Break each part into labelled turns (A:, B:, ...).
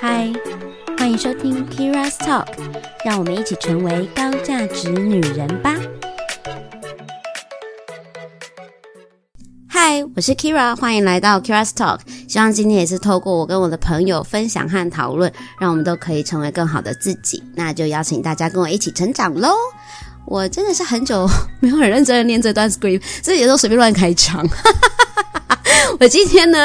A: 嗨，欢迎收听 Kira's Talk，让我们一起成为高价值女人吧。嗨，我是 Kira，欢迎来到 Kira's Talk。希望今天也是透过我跟我的朋友分享和讨论，让我们都可以成为更好的自己。那就邀请大家跟我一起成长喽！我真的是很久没有很认真的念这段 script，这也都随便乱开场。 我今天呢，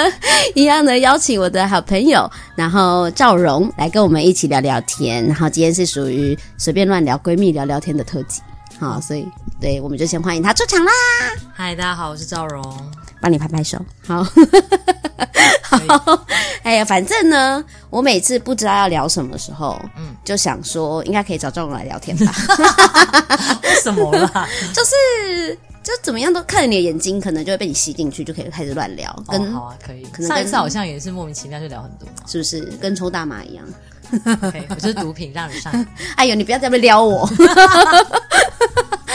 A: 一样的邀请我的好朋友，然后赵荣来跟我们一起聊聊天。然后今天是属于随便乱聊闺蜜聊聊天的特辑，好，所以对我们就先欢迎她出场啦，
B: 嗨，大家好，我是赵荣。哦
A: 帮你拍拍手，好。好，哎呀，反正呢，我每次不知道要聊什么时候，嗯，就想说应该可以找赵荣来聊天吧，
B: 为什么啦？
A: 就是就怎么样都看着你的眼睛，可能就会被你吸进去，就可以开始乱聊， 跟、
B: 哦、好啊，可以。
A: 可能跟
B: 上一次好像也是莫名其妙就聊很 多嘛。
A: 是不是跟抽大麻一样？
B: OK，我就是毒品让你上瘾。
A: 哎呦，你不要在那边撩我，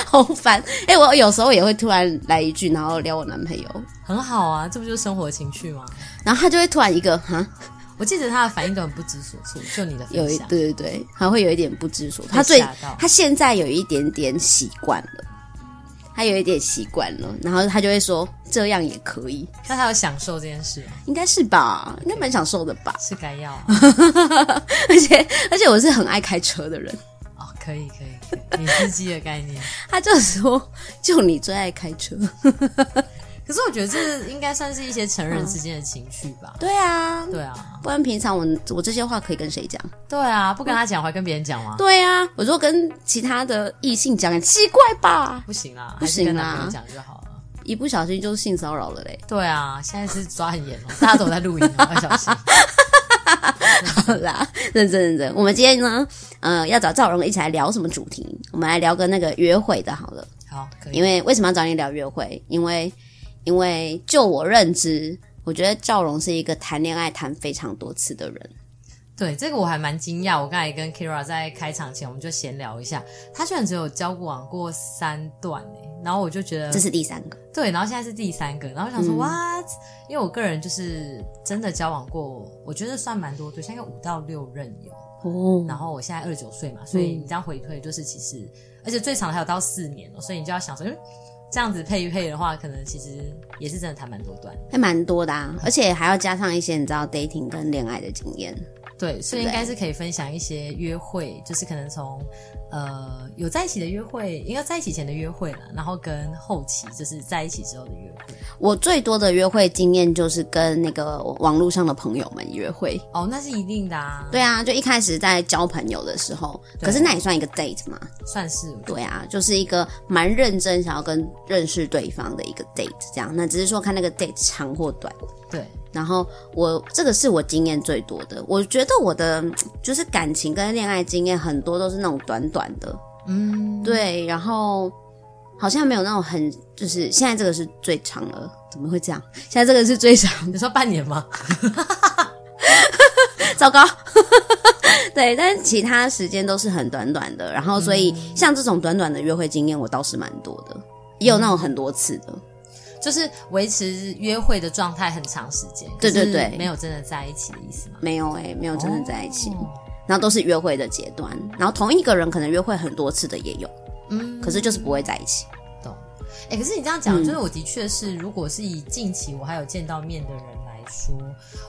A: 好烦！哎、我有时候也会突然来一句，然后撩我男朋友，
B: 很好啊，这不就是生活情趣吗？
A: 然后他就会突然一个哈，
B: 我记得他的反应都很不知所措，就你的分
A: 有一
B: 享，
A: 对对对，还会有一点不知所措。他最
B: 吓到
A: 他现在有一点点习惯了，他有一点习惯了，然后他就会说这样也可以，
B: 那他有享受这件事吗？
A: 应该是吧，应该蛮享受的吧。
B: 是该要啊。
A: 而且而且我是很爱开车的人，
B: 哦，可以，可以，可以，你司机的概念。
A: 他就说就你最爱开车，
B: 可是我觉得这应该算是一些成人之间的情趣吧。
A: 对啊，
B: 对啊，
A: 不然平常我我这些话可以跟谁讲？
B: 对啊，不跟他讲，我还跟别人讲吗？
A: 对啊，我如果跟其他的异性讲，很奇怪吧？
B: 不行啦，
A: 不
B: 还
A: 行
B: 是
A: 啊
B: 跟
A: 啦
B: 男朋友讲就好了。
A: 一不小心就性骚扰了嘞。
B: 对啊，现在是抓很严哦，大家都在录音哦，要小心。
A: 好啦，认真认真。我们今天呢，呃，要找赵荣一起来聊什么主题？我们来聊个那个约会的好了。
B: 好，可以
A: 因。为为什么要找你聊约会？因为因为就我认知，我觉得赵荣是一个谈恋爱谈非常多次的人。
B: 对，这个我还蛮惊讶。我刚才跟 Kira 在开场前，我们就闲聊一下，他居然只有交往过三段哎、然后我就觉得
A: 这是嗯第三个，
B: 对，然后现在是第三个，然后我想说、what？因为我个人就是真的交往过，我觉得算蛮多对象，应该五到六任有。
A: 哦
B: 然后我现在二十九
A: 嗯
B: 岁嘛，所以你这样回推就是其实，而且最长还有到四年哦，所以你就要想说，嗯，这样子配一配的话，可能其实也是真的谈蛮多段。
A: 还蛮多的啊，而且还要加上一些你知道 dating 跟恋爱的经验。
B: 对，所以
A: 对
B: 应该是可以分享一些约会，就是可能从呃有在一起的约会，应该在一起前的约会啦，然后跟后期就是在一起之后的约会。
A: 我最多的约会经验就是跟那个网络上的朋友们约会。
B: 哦，那是一定的啊，
A: 对啊，就一开始在交朋友的时候，
B: 对
A: 可是那也算一个 date 嘛？
B: 算是我觉得
A: 对啊，就是一个蛮认真想要跟认识对方的一个 date，这样。那只是说看那个 date 长或短。
B: 对
A: 然后我这个是我经验最多的，我觉得我的嗯就是感情跟恋爱经验很多都是那种短短的，
B: 嗯，
A: 对，然后好像没有那种很就是现在这个是最长了，怎么会这样？现在这个是最长
B: 你说半年吗？
A: 糟糕。 对，但是其他时间都是很短短的，然后所以
B: 嗯
A: 像这种短短的约会经验，我倒是蛮多的，也有那种很多次的。
B: 就是维持约会的状态很长时间，
A: 对对
B: 可是
A: 对
B: 没有真的在一起的意思吗？
A: 没有哎、没有真的在一起，
B: 哦
A: 然后都是约会的阶段，然后同一个人可能约会很多次的也有，
B: 嗯，
A: 可是就是不会在一起。
B: 懂。哎、可是你这样讲，就是我的确是，如果是以近期我还有见到面的人来说，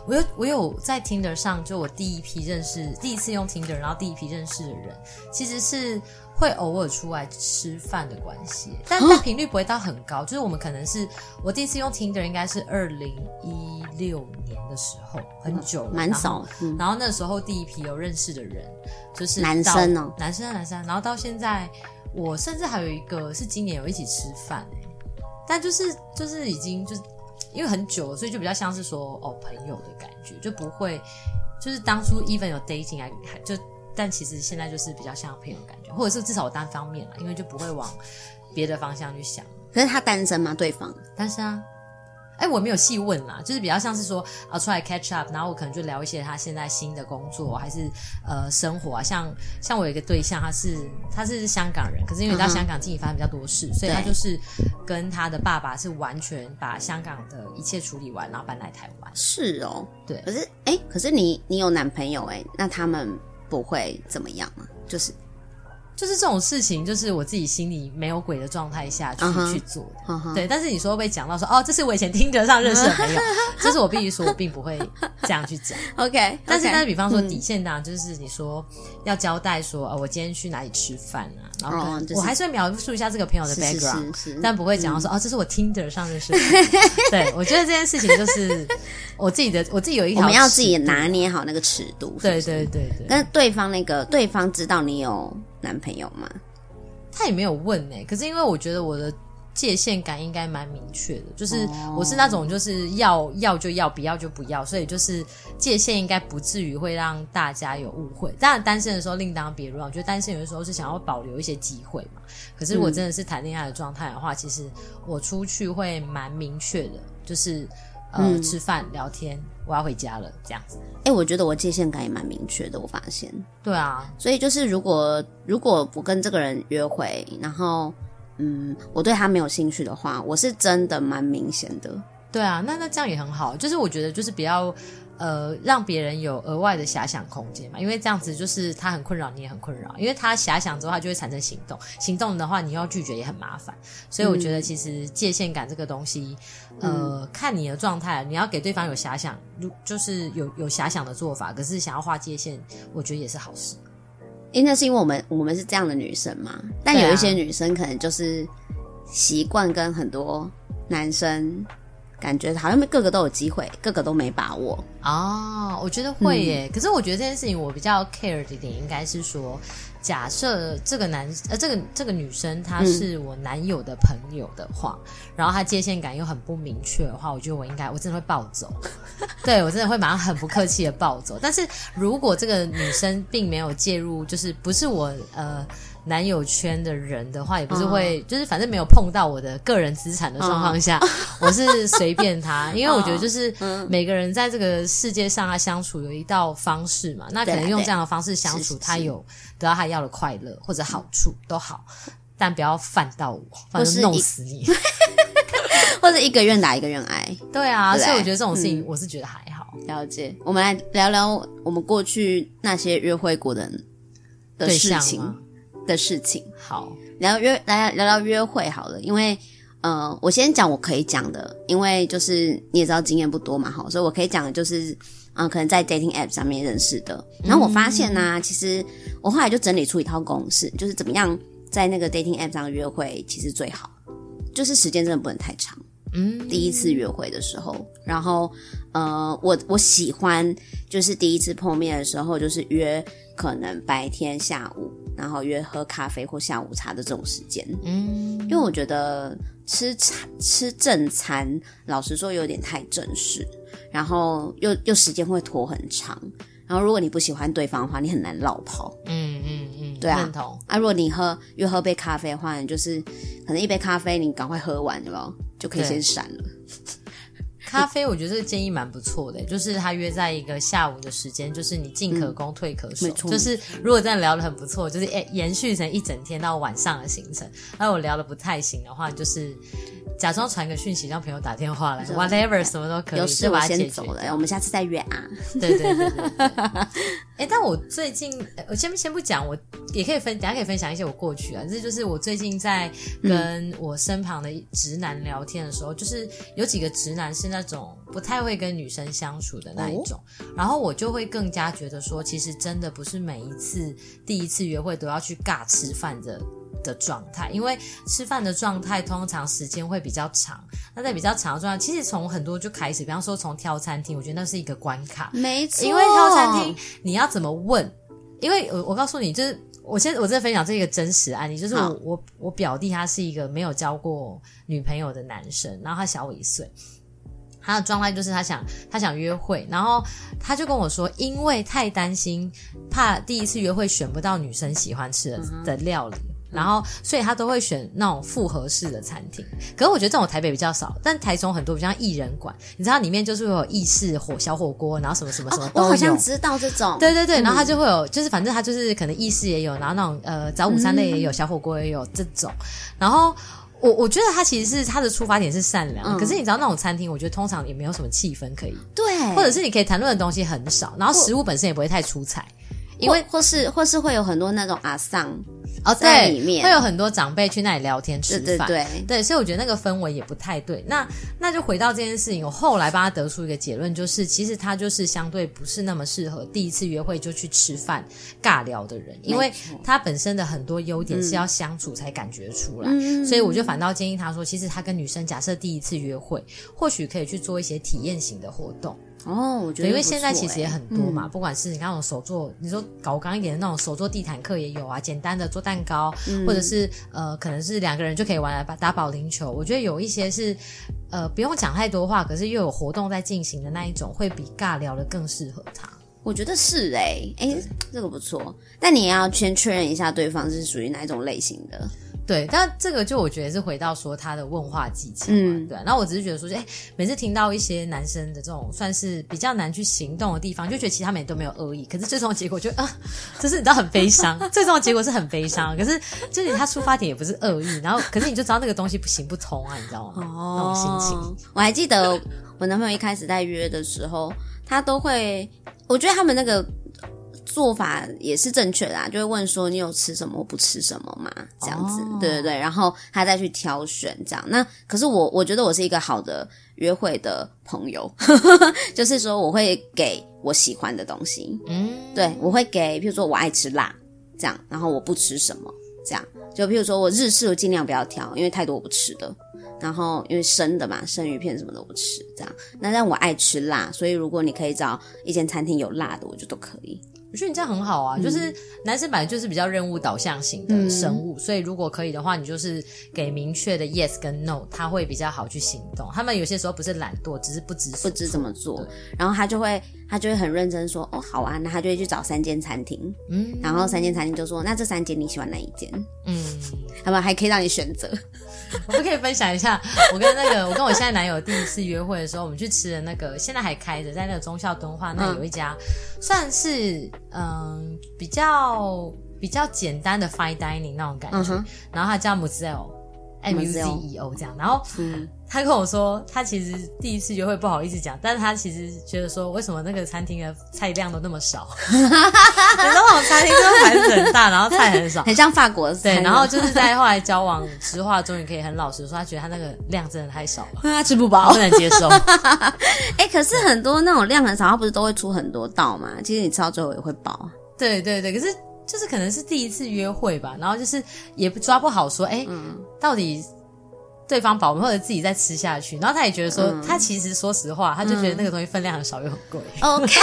B: 我有我有在 Tinder 上，就我第一批认识，第一次用 Tinder，然后第一批认识的人，其实是会偶尔出来吃饭的关系，但但频率不会到很高。就是我们可能是我第一次用 Tinder 应该是二零一六年的时候，很久了，
A: 蛮
B: 然后
A: 少，嗯，
B: 然后那时候第一批有认识的人，就是
A: 男
B: 到
A: 生哦
B: 男生啊男生啊。然后到现在，我甚至还有一个是今年有一起吃饭、欸、但就是就是已经就是因为很久了，所以就比较像是说哦朋友的感觉，就不会就是当初 even 有 dating 还还就，但其实现在就是比较像朋友的感觉，或者是至少我单方面了，因为就不会往别的方向去想。
A: 可是他单身吗？对方
B: 但是啊，哎、哎，我没有细问啦，就是比较像是说啊，出来 catch up，然后我可能就聊一些他现在新的工作还是呃生活啊，像像我有一个对象，他是他是香港人，可是因为
A: 嗯
B: 到
A: 哼
B: 香港近期发生比较多事，所以他
A: 对
B: 就是跟他的爸爸是完全把香港的一切处理完，然后搬来台湾。
A: 是哦，
B: 对
A: 可是哎、可是你你有男朋友哎、那他们不会怎么样吗？就是，
B: 就是这种事情，就是我自己心里没有鬼的状态下去、
A: 嗯哼
B: 去做的。
A: 呵呵，
B: 对，但是你说会不会讲到说哦，这是我以前听得上认识的 朋友，这是我必须说，我并不会这样去讲。
A: ，OK，
B: 但是，但是，比方说
A: 嗯
B: 底线当然就是你说要交代说，呃，我今天去哪里吃饭啊，然后
A: 哦
B: 跟
A: 就是
B: 我还是会描述一下这个朋友的
A: 是嗯是
B: background，
A: 是是，
B: 但不会讲到说，哦，这是我 Tinder 上认识的朋友。 对，我觉得这件事情就是我自己的，我自己有一条
A: 我们要自己
B: 尺度
A: 拿。捏好那个尺度。是不
B: 对
A: 是，
B: 对对对，
A: 但对方那个对方知道你有男朋友吗？
B: 他也没有问呢、可是因为我觉得我的界限感应该蛮明确的，就是
A: 哦
B: 我是那种就是要要就要，不要就不要，所以就是界限应该不至于会让大家有误会。当然单身的时候另当别论，我觉得单身有的时候是想要保留一些机会嘛。可是我真的是谈恋爱的状态的话，其实我出去会蛮明确的，就是呃、
A: 嗯
B: 吃饭聊天，我要回家了这样子。
A: 哎、我觉得我界限感也蛮明确的，我发现。
B: 对啊，
A: 所以就是如果如果我跟这个人约会，然后嗯，我对他没有兴趣的话，我是真的蛮明显的。
B: 对啊，那那这样也很好，就是我觉得就是比较呃让别人有额外的遐想空间嘛，因为这样子就是他很困扰，你也很困扰，因为他遐想之后他就会产生行动，行动的话你要拒绝也很麻烦，所以我觉得其实界限感这个东西，呃，看你的状态，你要给对方有遐想，如就是有有遐想的做法，可是想要划界限，我觉得也是好事。
A: 因为那是因为我们我们是这样的女生嘛，但
B: 对啊
A: 有一些女生可能就是习惯跟很多男生感觉好像个个都有机会，个个都没把握。
B: 哦，我觉得会耶。可是我觉得这件事情，我比较 care 的点应该是说，假设这个男呃这个这个女生她是我男友的朋友的话，然后她界限感又很不明确的话，我觉得我应该我真的会暴走。 对我真的会马上很不客气的暴走。但是如果这个女生并没有介入，就是不是我呃。男友圈的人的话，也不是会，就是反正没有碰到我的个人资产的状况下， 我是随便他，因为我觉得
A: 哦
B: 就是
A: 嗯
B: 每个人在这个世界上，他啊相处有一道方式嘛，那可
A: 对啊
B: 能
A: 啦
B: 用
A: 对
B: 这样的方式相
A: 是是
B: 处，
A: 啊是
B: 他有得到他要的快乐或者好处都好，但不要犯到我，反
A: 或是
B: 正
A: 一
B: 弄死你。
A: 或者一个愿打一个愿挨。
B: 对啊，
A: 对嗯
B: 所以我觉得这种事情我是觉得还好。
A: 了解，我们来聊聊我们过去那些约会过的的
B: 对
A: 事
B: 象吗
A: 情？的事情，
B: 好，
A: 聊约来聊聊约会好了，因为呃，我先讲我可以讲的，因为就是你也知道经验不多嘛，哈，所以我可以讲的就是。嗯、可能在 dating app 上面认识的。然后我发现呢、
B: 嗯
A: 其实我后来就整理出一套公式，就是怎么样在那个 dating app 上约会，其实最好就是时间真的不能太长。
B: 嗯，
A: 第一次约会的时候，然后呃，我我喜欢就是第一次碰面的时候，就是约可能白天下午，然后约喝咖啡或下午茶的这种时间，
B: 嗯，
A: 因为我觉得吃餐吃正餐，老实说有点太正式，然后又又时间会拖很长，然后如果你不喜欢对方的话，你很难落跑。
B: 嗯嗯嗯，
A: 对啊
B: 认同。
A: 啊，如果你喝约喝杯咖啡的话，你就是可能一杯咖啡你赶快喝完，有没有就可以
B: 对
A: 先闪了。
B: 咖啡，我觉得这个建议蛮不错的，就是他约在一个下午的时间，就是你进可攻退可
A: 嗯
B: 守，
A: 没错
B: 就是如果真的聊得很不错，就是诶延续成一整天到晚上的行程。那我聊得不太行的话，就是假装传个讯息让朋友打电话来
A: 是吧
B: ，whatever 什么都可以，
A: 有事
B: 就
A: 我
B: 把它解
A: 先
B: 决
A: 走
B: 掉
A: 了，我们下次再约啊。
B: 对对对对对。哎、但我最近，呃我先先不讲，我也可以分，等一下可以分享一些我过去啊。这就是我最近在跟我身旁的直男聊天的时候，就是有几个直男是那种不太会跟女生相处的那一种，然后我就会更加觉得说，其实真的不是每一次第一次约会都要去尬吃饭的。的状态，因为吃饭的状态通常时间会比较长。那在比较长的状态，其实从很多就开始，比方说从挑餐厅，我觉得那是一个关卡。
A: 没错，
B: 因为挑餐厅你要怎么问？因为我我告诉你，就是我先我真的分享这一个真实案例，就是
A: 好
B: 我我我表弟他是一个没有交过女朋友的男生，然后他小我一岁。他的状态就是他想他想约会，然后他就跟我说，
A: 嗯
B: 因为太担心怕第一次约会选不到女生喜欢吃的的料理，然后所以他都会选那种复合式的餐厅。可是我觉得这种台北比较少，但台中很多，比如像艺人馆，你知道里面就是会有意式火小火锅，然后什么什么什么
A: 哦，
B: 都
A: 我
B: 有。
A: 好像知道嗯这种，
B: 对对对，然后它就会有，就是反正它就是可能意式也有，然后那种呃早午餐类也有，小火锅也有这种。然后我我觉得它其实是它的出发点是善良，
A: 嗯
B: 可是你知道那种餐厅，我觉得通常也没有什么气氛可以，
A: 对，
B: 或者是你可以谈论的东西很少，然后食物本身也不会太出彩。因为
A: 或或是或是会有很多那种阿桑，
B: 哦，
A: 在
B: 对，
A: 里面
B: 会有很多长辈去那里聊天吃
A: 对
B: 饭，
A: 对对，
B: 对，所以我觉得那个氛围也不太对。那那就回到这件事情，我后来帮他得出一个结论，就是其实他就是相对不是那么适合第一次约会就去吃饭尬聊的人，因为他本身的很多优
A: 嗯
B: 点是要相处才感觉出来。啊所以我就反倒建议他说，其实他跟女生假设第一次约会，或许可以去做一些体验型的活动。
A: 哦，我觉
B: 对，
A: 得
B: 因为
A: 不错
B: 现在其实也
A: 欸
B: 很多嘛，不管是你看那种手做，你说搞刚一点的那种手做地毯课也有啊，简单的做蛋糕，或
A: 嗯
B: 者是呃，可能是两个人就可以玩打打保龄球。我觉得有一些是呃不用讲太多话，可是又有活动在进行的那一种，会比尬聊的更适合他。
A: 我觉得是哎、欸、哎、这个不错，但你也要先确认一下对方是属于哪一种类型的。
B: 对，但这个就我觉得是回到说他的问话技巧嘛，
A: 嗯
B: 对、啊。那我只是觉得说，哎、每次听到一些男生的这种算是比较难去行动的地方，就觉得其实他们也都没有恶意，可是最终的结果就啊，就是你知道很悲伤，最终的结果是很悲伤。可是就是他出发点也不是恶意，然后可是你就知道那个东西不行不通啊，你知道吗？那种心情。
A: 哦我还记得我男朋友一开始在约的时候，他都会，我觉得他们那个做法也是正确的、啊，就会问说你有吃什么，不吃什么嘛，这样子，
B: 哦
A: 对对对，然后他再去挑选这样。那可是我我觉得我是一个好的约会的朋友， 就是说我会给我喜欢的东西，
B: 嗯，
A: 对，我会给，譬如说我爱吃辣，这样，然后我不吃什么，这样。就譬如说我日式，我尽量不要挑，因为太多我不吃的。然后因为生的嘛，生鱼片什么的我不吃，这样。那但我爱吃辣，所以如果你可以找一间餐厅有辣的，我就都可以。
B: 我觉得你这样很好啊，就是男生本来就是比较任务导向型的生物，所以如果可以的话，你就是给明确的 yes 跟 no，他会比较好去行动。他们有些时候不是懒惰，只是不知
A: 不知怎
B: 么。
A: 么做，然后他就会他就会很认真说，哦，好啊，那他就会去找三间餐厅，
B: 嗯
A: 然后三间餐厅就说，那这三间你喜欢哪一间？
B: 嗯，
A: 他们还可以让你选择。
B: 我们可以分享一下， 我跟那个我跟我现在男友第一次约会的时候，我们去吃的那个现在还开着，在那个忠孝敦化那
A: 嗯
B: 有一家，算是嗯比较比较简单的 fine dining 那种感
A: 嗯
B: 觉，
A: 哼，
B: 然后它叫 Muzeo。M U Z E O 这样，然后
A: 嗯，
B: 他跟我说，他其实第一次约会不好意思讲，但是他其实觉得说，为什么那个餐厅的菜量都那 么少？你知道那种餐厅就是盘子很大，然后菜哎很少。
A: 很像法国餐
B: 对，
A: 啊
B: 然后就是在后来交往之后，终于可以很老实地说，他觉得他那个量真的太少了，
A: 啊吃不饱
B: 不。能接受。
A: 哎、可是很多那种量很少，它不是都会出很多道吗？其实你吃到最后也会饱啊。
B: 对对对，可是就是可能是第一次约会吧，然后就是也不抓不好说，哎、到底对方饱不饱或者自己再吃下去，然后他也觉得说，他其实说实话，他就觉得那个东西分量很少又很贵。
A: OK，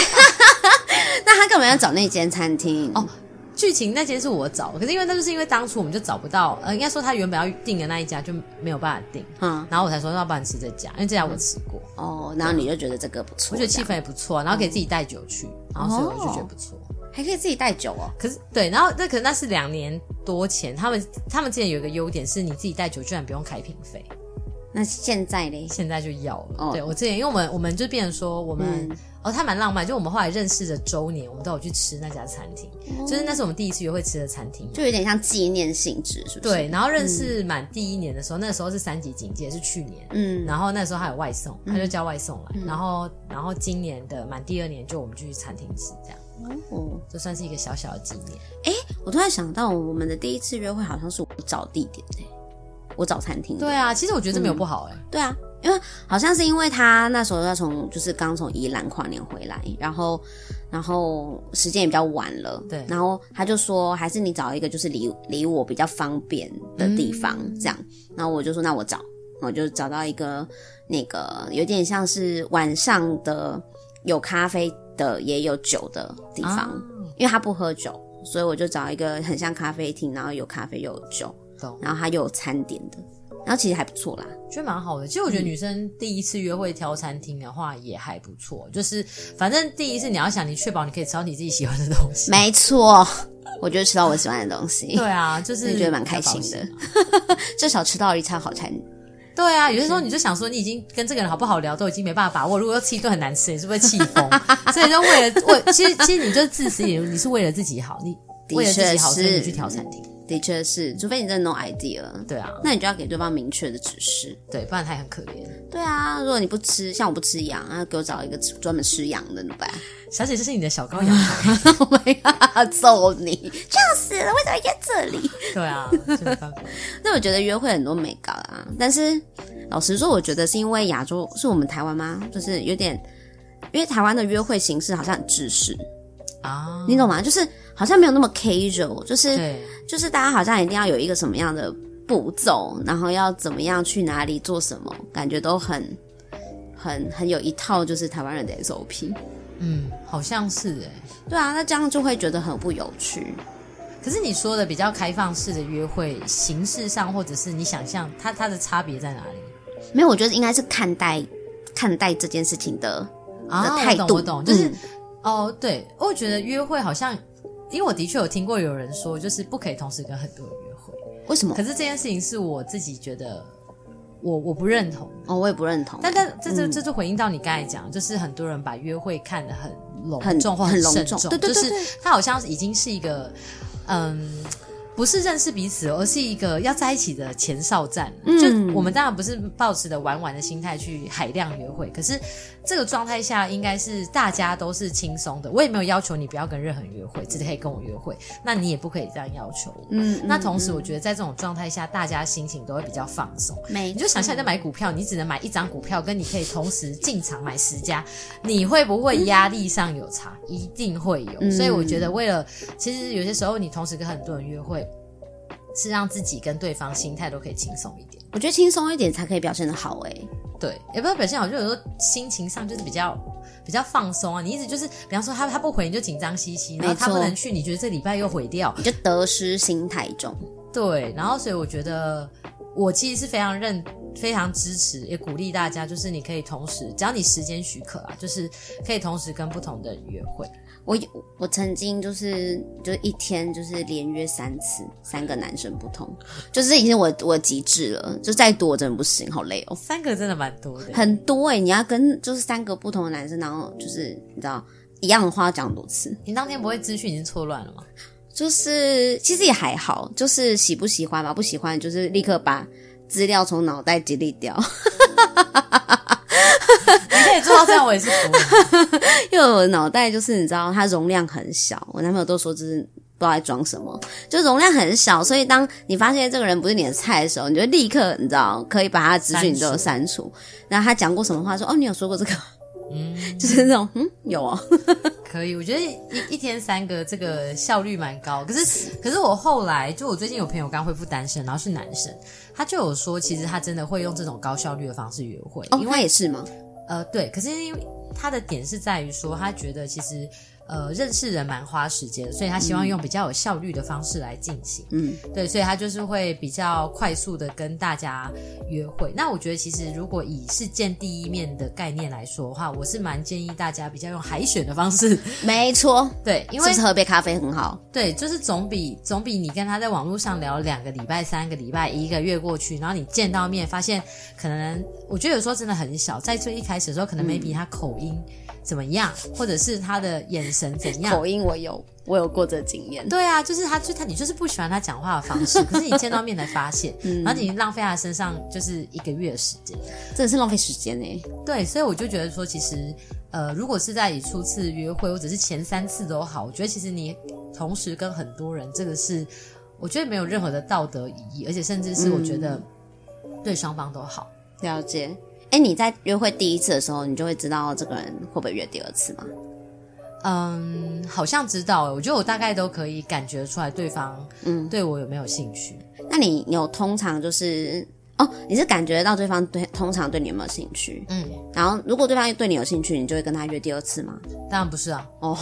A: 那他干嘛要找那间餐厅？哦，
B: 剧情那间是我找，可是因为那就是因为当初我们就找不到，呃，应该说他原本要订的那一家就没有办法订，
A: 嗯，
B: 然后我才说要不然吃这家，因为这家我吃过，
A: 哦，然后你就觉得这个不错，
B: 我觉得气氛也不错，然后可以自己带酒去，然后所以我就觉得不错。
A: 这样还可以自己带酒哦。
B: 可是对，然后那可能那是两年多前，他们他们之前有一个优点是你自己带酒居然不用开瓶费，
A: 那现在嘞？
B: 现在就要了。
A: 哦嗯
B: 对我之前，因为我们我们就变成说我们、哦，他蛮浪漫，就我们后来认识的周年，我们都有去吃那家餐厅，
A: 哦
B: 就是那是我们第一次约会吃的餐厅。
A: 就有点像纪念性质，是不是？，
B: 对，然后认识满第一年的时候，那时候是三级警戒，是去年。
A: 嗯，
B: 然后那时候还有外送，他就叫外送来。然后，然后今年的满第二年就我们就去餐厅吃，这样
A: 哦，
B: 就算是一个小小的纪念。
A: 嗯我突然想到，我们的第一次约会好像是我找地点诶、我找餐厅的。
B: 对啊，其实我觉得这没有不好哎、
A: 对啊，因为好像是因为他那时候要从就是刚从宜兰跨年回来，然后然后时间也比较晚了，
B: 对
A: 然后他就说还是你找一个就是离离我比较方便的地方、
B: 嗯
A: 这样，然后我就说那我找，我就找到一个那个有点像是晚上的有咖啡的也有酒的地方，
B: 啊
A: 因为他不喝酒。所以我就找一个很像咖啡厅，然后有咖啡又有酒，
B: 懂，
A: 然后他又有餐点的，然后其实还不错啦。
B: 觉得蛮好的。其实
A: 嗯
B: 我觉得女生第一次约会挑餐厅的话也还不错，就是反正第一次你要想，你确保你可以吃到你自己喜欢的东西。
A: 没错，我就吃到我喜欢的东西，
B: 对啊，就是
A: 觉得蛮开心的。 至少吃到一餐好餐。
B: 对啊，有些时候你就想说，你已经跟这个人好不好聊都已经没办法把握，如果又吃一顿很难吃，你是不是会气 疯？所以就为了为，其实其实你就是自私一点，你是为了自己好，你
A: 的
B: 为了自
A: 确
B: 己好，所以你
A: 是
B: 去挑餐厅。
A: 的确是，除非你真的 no idea，
B: 对啊，
A: 那你就要给对方明确的指示。
B: 对，不然他也很可怜。
A: 对啊，如果你不吃，像我不吃羊，那给我找一个专门吃羊的，怎么办？
B: 小姐，这是你的小羔 羊。
A: 我要 揍你！笑死了，为什么要在这里？
B: 对啊，就没办法。
A: 那我觉得约会很多美感啊，但是老实说，我觉得是因为亚洲是我们台湾吗？就是有点，因为台湾的约会形式好像很制式，
B: 啊，
A: 你懂吗？就是好像没有那么 casual，就是
B: 对
A: 就是大家好像一定要有一个什么样的步骤，然后要怎么样去哪里做什么，感觉都很很很有一套，就是台湾人的 SOP。
B: 嗯，好像是哎、
A: 对啊，那这样就会觉得很不有趣。
B: 可是你说的比较开放式的约会形式上，或者是你想象它它的差别在哪里？
A: 没有，我觉得应该是看待看待这件事情的的
B: 啊，
A: 态
B: 我
A: 度，
B: 懂，我懂，就是、
A: 嗯
B: 哦，对，我觉得约会好像，因为我的确有听过有人说，就是不可以同时跟很多人约会。
A: 为什么
B: 可？是这件事情是我自己觉得我我不认同的。
A: 哦，我也不认同。
B: 但但这这这就回应到你刚才讲，就是很多人把约会看得很隆
A: 很
B: 重或
A: 很隆
B: 慎
A: 重
B: 重，
A: 对对对
B: 就
A: 对
B: 是他好像已经是一个嗯。不是认识彼此，而是一个要在一起的前哨站。
A: 嗯
B: 就我们当然不是抱持着玩玩的心态去海量约会，可是这个状态下应该是大家都是轻松的。我也没有要求你不要跟任何人约会，只可以跟我约会，那你也不可以这样要求我。
A: 嗯，
B: 那同时，我觉得在这种状态下，大家心情都会比较放松。
A: 没
B: 你就想象你在买股票，你只能买一张股票，跟你可以同时进场买十家，你会不会压力上有差？一定会有。
A: 嗯
B: 所以我觉得，为了其实有些时候你同时跟很多人约会，是让自己跟对方心态都可以轻松一点。
A: 我觉得轻松一点才可以表现的好哎、
B: 对，也不要表现好，就有时候心情上就是比较。比较放松啊，你一直就是，比方说他他不回你就紧张兮兮，然后他
A: 没
B: 不
A: 错
B: 能去，你觉得这礼拜又毁掉，
A: 你就得失心太重。
B: 对，然后所以我觉得我其实是非常认、非常支持，也鼓励大家，就是你可以同时，只要你时间许可啦，就是可以同时跟不同的人约会。
A: 我有我曾经就是就是一天就是连约三次，三个男生不同，就是已经我我极致了，就再多我真的不行，好累哦，
B: 三个真的蛮多的，
A: 很多哎、你要跟就是三个不同的男生，然后就是你知道一样的话要讲很多次，
B: 你当天不会资讯已经错乱了吗？
A: 就是其实也还好，就是喜不喜欢吧，不喜欢就是立刻把资料从脑袋解理掉，
B: 你可以做到这样，我也是服了。
A: 因为我的脑袋就是你知道，它容量很小。我男朋友都说这是不知道在装什么，就容量很小，所以当你发现这个人不是你的菜的时候，你就立刻你知道可以把他的资讯都删除。然后他讲过什么话，说哦你有说过这个，嗯，就是那种嗯有哦，
B: 可以，我觉得一一天三个这个效率蛮高。可是，可是我后来就我最近有朋友刚恢复单身，然后是男生，他就有说，其实他真的会用这种高效率的方式约会，
A: 哦
B: 因为
A: 他也是吗？
B: 呃，对，可是因为他的点是在于说，他觉得其实呃认识人蛮花时间的，所以他希望用比较有效率的方式来进行。
A: 嗯，
B: 对，所以他就是会比较快速的跟大家约会。那我觉得其实如果以是见第一面的概念来说的话，我是蛮建议大家比较用海选的方式，
A: 没错，
B: 对，因
A: 是
B: 为
A: 不是喝杯咖啡很好？
B: 对，就是总比总比你跟他在网络上聊两个礼拜、三个礼拜、一个月过去，然后你见到面发现，可能我觉得有时候真的很小，在最一开始的时候，可
A: 嗯
B: 能 maybe 他口音怎么样，或者是他的眼神怎样。
A: 口音我有，我有过这经验。
B: 对啊，就是他，就他，你就是不喜欢他讲话的方 式，可是你见到面才发现，
A: 嗯
B: 然后你浪费他身上就是一个月的时间。
A: 真的是浪费时间哎、
B: 对，所以我就觉得说，其实呃，如果是在以初次约会或者是前三次都好，我觉得其实你同时跟很多人，这个是我觉得没有任何的道德意义，而且甚至是我觉
A: 嗯
B: 得对双方都好。
A: 了解。哎、你在约会第一次的时候，你就会知道这个人会不会约第二次吗？
B: 嗯，好像知道、欸，我觉得我大概都可以感觉出来对方
A: 嗯
B: 对我有没有兴趣。
A: 那你有通常就是哦，你是感觉到对方对通常对你有没有兴趣？
B: 嗯，
A: 然后如果对方对你有兴趣，你就会跟他约第二次吗？
B: 当然不 是啊，
A: 哦，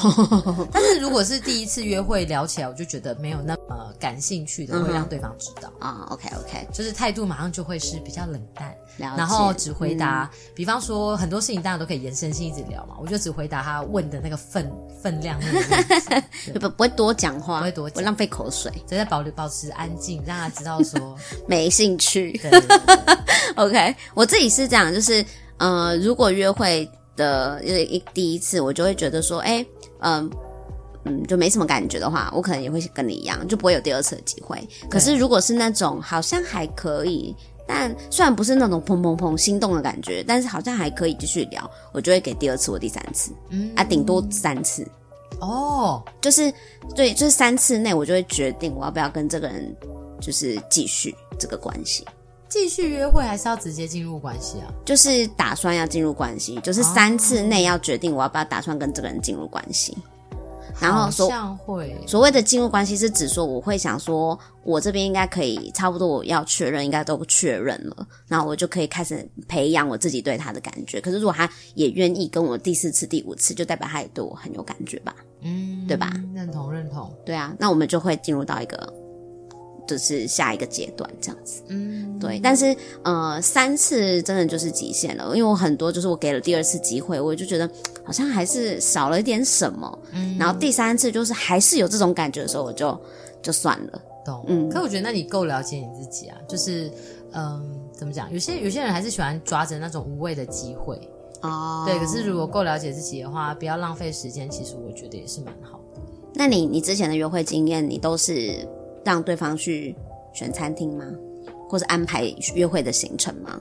B: 但是如果是第一次约会聊起来，我就觉得没有那么感兴趣的，
A: 嗯
B: 会
A: 哼
B: 让对方知道。
A: 啊，OK，OK、o k OK，
B: 就是态度马上就会是比较冷淡，
A: 了解嗯
B: 然后只回答，比方说很多事情当然都可以延伸性一直聊嘛，我就只回答他问的那个分分量那个 问题，
A: 就嗯不不会多讲话，
B: 不会多讲
A: 不浪费口水，
B: 只在保留保持安静，让他知 道说，
A: 没兴趣。
B: 对，对对
A: OK，我自己是这样，就是呃，如果约会的就是一第一次，我就会觉得说，哎、嗯、嗯，就没什么感觉的话，我可能也会跟你一样，就不会有第二次的机会。可是如果是那种好像还可以，但虽然不是那种砰砰砰心动的感觉，但是好像还可以继续聊，我就会给第二次或第三次，
B: 嗯
A: 啊，顶多三次。
B: 哦，
A: 就是对，就是三次内我就会决定我要不要跟这个人就是继续这个关系，
B: 继续约会还是要直接进入关系啊？
A: 就是打算要进入关系，就是三次内要决定我要不要打算跟这个人进入关系。然后
B: 好
A: 所
B: 像会
A: 所谓的进入关系是指说我会想说，我这边应该可以差不多我要确认，应该都确认了，然后我就可以开始培养我自己对他的感觉。可是如果他也愿意跟我第四次、第五次，就代表他也对我很有感觉吧？
B: 嗯，
A: 对吧？
B: 认同认同，
A: 对啊，那我们就会进入到一个就是下一个阶段这样子。
B: 嗯，
A: 对，但是呃，三次真的就是极限了，因为我很多就是我给了第二次机会，我就觉得嘖好像还是少了一点什么。
B: 嗯
A: 然后第三次就是还是有这种感觉的时候，我就就算了。
B: 懂。
A: 嗯
B: 可我觉得那你够了解你自己啊，就是嗯，怎么讲？有些有些人还是喜欢抓着那种无谓的机会，
A: 哦
B: 对。可是如果够了解自己的话，不要浪费时间，其实我觉得也是蛮好的。
A: 那你你之前的约会经验，你都是让对方去选餐厅吗？或是安排约会的行程吗？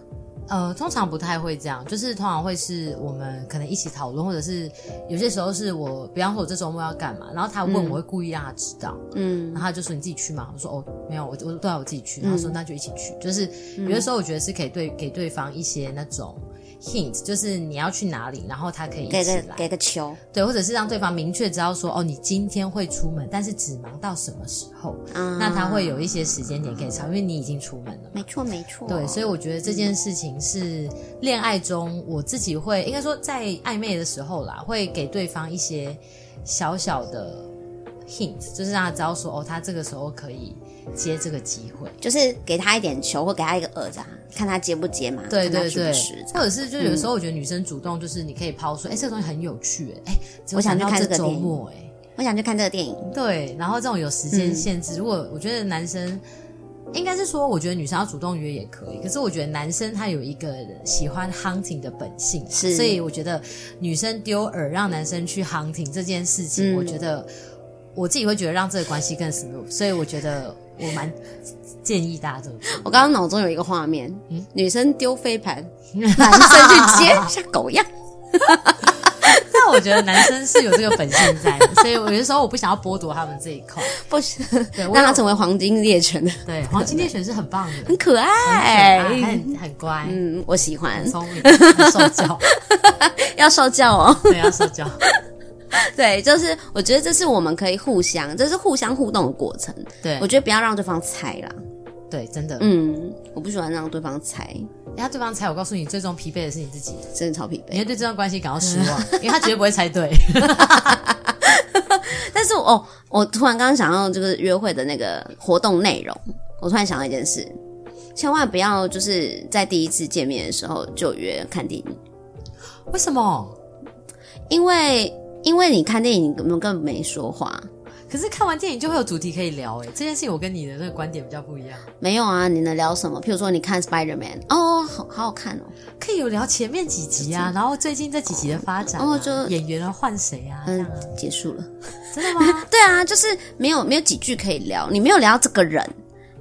B: 呃，通常不太会这样，就是通常会是我们可能一起讨论，或者是有些时候是我，比方说我这周末要干嘛，然后他问
A: 嗯
B: 我会故意让他知道，
A: 嗯
B: 然后他就说你自己去嘛，我说哦没有，我我对啊我自己去，然后
A: 嗯
B: 说那就一起去，就是有的时候我觉得是可以对给对方一些那种 hint，就是你要去哪里，然后他可以一
A: 给
B: 起
A: 个
B: 来，
A: 给个球
B: 对，或者是让对方明确知道说哦你今天会出门，但是只忙到什么时候，
A: 啊，
B: 嗯那他会有一些时间点可以查，因为你已经出门了嘛。
A: 没错没错，
B: 对，所以我觉得这件事情是恋爱中我自己会，应该说在暧昧的时候啦，会给对方一些小小的 hint，就是让他知道说，哦，他这个时候可以接这个机会。
A: 就是给他一点球，或给他一个耳子啊，看他接不接嘛，
B: 对
A: 看
B: 对
A: 他吃
B: 对
A: 不吃，这
B: 或
A: 样
B: 者是就有时嗯候我觉得女生主动就是你可以抛说，哎、这个东西很有趣、哎，哎，只有
A: 我想
B: 到
A: 去看
B: 这
A: 这个
B: 周
A: 电影
B: 末、哎，
A: 我想去看这个电影，
B: 对，然后这种有时间
A: 嗯
B: 限制，如果我觉得男生。应该是说，我觉得女生要主动约也可以，可是我觉得男生他有一个喜欢 hunting 的本性啊，
A: 是
B: 所以我觉得女生丢饵让男生去 hunting 这件事情，
A: 嗯
B: 我觉得我自己会觉得让这个关系更 smooth，所以我觉得我蛮建议大家这么做。
A: 我刚刚脑中有一个画面，
B: 嗯
A: 女生丢飞 盘，男生去接，像狗一样。
B: 但我觉得男生是有这个本性在的，所以我有的时候我不想要剥夺他们这一块。
A: 不行，
B: 对， 我
A: 让他
B: 有
A: 成为黄金猎犬，
B: 对黄金猎犬是很棒的，
A: 很可爱。
B: 很可爱很很乖，
A: 嗯，我喜欢
B: 很，聪明，很受 教。
A: 要受教哦。
B: 对，要社交。
A: 对，就是我觉得这是我们可以互相，这是互相互动的过程。
B: 对
A: 我，觉得不要让对方猜啦。
B: 对，真的。
A: 嗯，我不喜欢让对方猜，
B: 然后对方猜，我告诉你，最终疲惫的是你自己，
A: 真的超疲惫
B: 你。会对这段关系感到
A: 嗯
B: 失望，因为他绝对不会猜对。
A: 但是哦，我突然刚刚想到就是约会的那个活动内容，我突然想到一件事，千万不要就是在第一次见面的时候就约看电影，
B: 为什么？
A: 因为因为你看电影，你根本根本没说话。
B: 可是看完电影就会有主题可以聊，哎，这件事情我跟你的那个观点比较不一样，
A: 没有啊，你能聊什么？譬如说，你看 Spider Man，哦，好好好看哦，
B: 可以有聊前面几集啊，然后最近这几集的发展啊，
A: 然后嗯哦就
B: 演员啊换谁啊，这
A: 嗯
B: 样啊，，
A: 结束了。
B: 真的吗？
A: 对啊，就是没有没有几句可以聊，你没有聊这个人，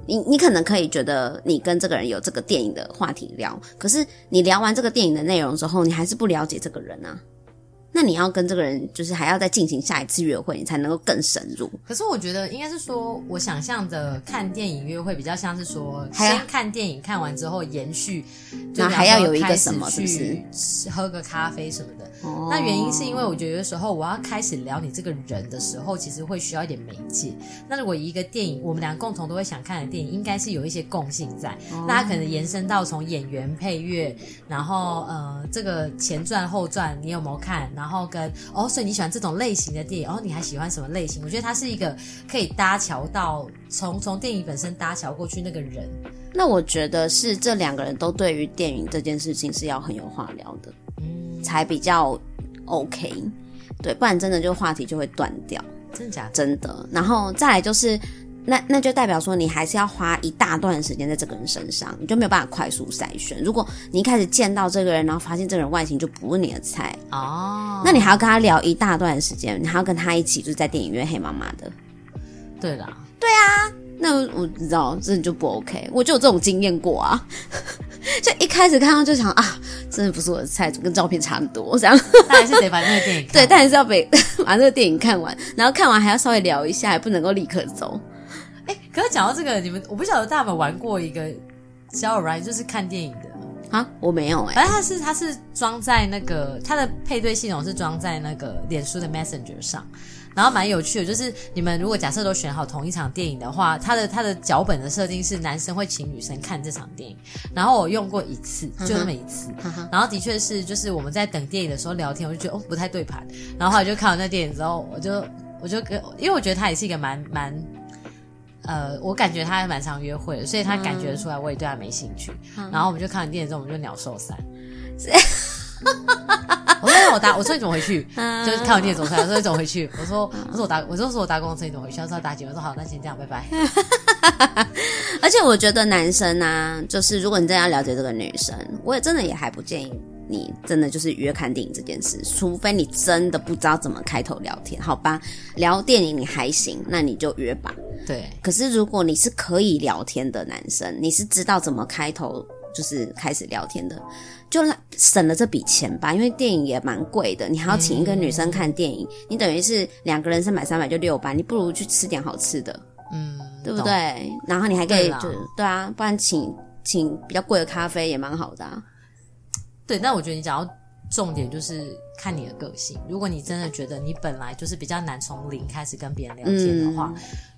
A: 你你可能可以觉得你跟这个人有这个电影的话题聊，可是你聊完这个电影的内容之后，你还是不了解这个人啊。那你要跟这个人，就是还要再进行下一次约会，你才能够更深入。
B: 可是我觉得应该是说，我想象的看电影约会比较像是说，
A: 还要
B: 先看电影，看完之后延续，就
A: 那
B: 比方
A: 还要
B: 说
A: 有一个
B: 开始
A: 什么是不哦
B: 去喝个咖啡什么的。那原因是因为我觉得有时候我要开始聊你这个人的时候，其实会需要一点媒介。那如果以一个电影，我们俩共同都会想看的电影，应该是有一些共性在。
A: 哦
B: 那它可能延伸到从演员、配乐，然后呃，这个前传、后传你有没有看？然后跟哦，所以你喜欢这种类型的电影，哦，你还喜欢什么类型？我觉得它是一个可以搭桥到从从电影本身搭桥过去那个人
A: 那我觉得是这两个人都对于电影这件事情是要很有话聊的，
B: 嗯，
A: 才比较 OK。对，不然真的就话题就会断掉，
B: 真的假的？
A: 真的。然后再来就是，那那就代表说你还是要花一大段时间在这个人身上，你就没有办法快速筛选。如果你一开始见到这个人，然后发现这个人外形就不是你的菜，
B: 哦，
A: 那你还要跟他聊一大段时间，你还要跟他一起就是在电影院黑麻麻的，
B: 对啦，
A: 那我知道，真的就不 OK。我就有这种经验过啊， 就一开始看到就想啊，真的不是我的菜，怎么跟照片差很多这样。
B: 那还是得把那个电影 看
A: 对，但还是要被把这个电影看完，然后看完还要稍微聊一下，也不能够立刻走。
B: 哎、可是讲到这个，你们我不晓得大家有没有玩过一个交友软件，就是看电影的。
A: 啊，我没有哎、
B: 反正它是它是装在那个它的配对系统是装在那个脸书的 Messenger 上，然后蛮有趣的，就是你们如果假设都选好同一场电影的话，它的它的脚本的设定是男生会请女生看这场电影，然后我用过一次，就那么一次，
A: 哈哈，
B: 然后的确是就是我们在等电影的时候聊天，我就觉得哦不太对盘，然后后来就看完那电影之后，我就我就跟因为我觉得他也是一个蛮蛮。呃，我感觉他还蛮常约会的，所以他感觉得出来我也对他没兴趣。然后我们就看完电影之后，我们就鸟兽散。我说哎那我搭，我说你怎么回去？
A: 嗯
B: 就是看完电影走出来，我说你怎么回 去？我说我说我搭，我就说我搭公车，你怎么回去？他说他搭捷运。我说好，那先这样，拜拜。
A: 嗯而且我觉得男生啊，就是如果你真的要了解这个女生，我也真的也还不建议你真的就是约看电影这件事，除非你真的不知道怎么开头聊天，好吧？聊电影你还行，那你就约吧。
B: 对，
A: 可是如果你是可以聊天的男生，你是知道怎么开头，就是开始聊天的，就啦省了这笔钱吧，因为电影也蛮贵的，你还要请一个女生看电影，你等于是两个人三百三百就六百，你不如去吃点好吃的，
B: 嗯，
A: 对不
B: 懂？
A: 对？然后你还可以
B: 对啦
A: 就对啊，不然请请比较贵的咖啡也蛮好的、啊。
B: 对，但我觉得你讲到重点就是看你的个性。如果你真的觉得你本来就是比较难从零开始跟别人聊天的
A: 嗯
B: 话，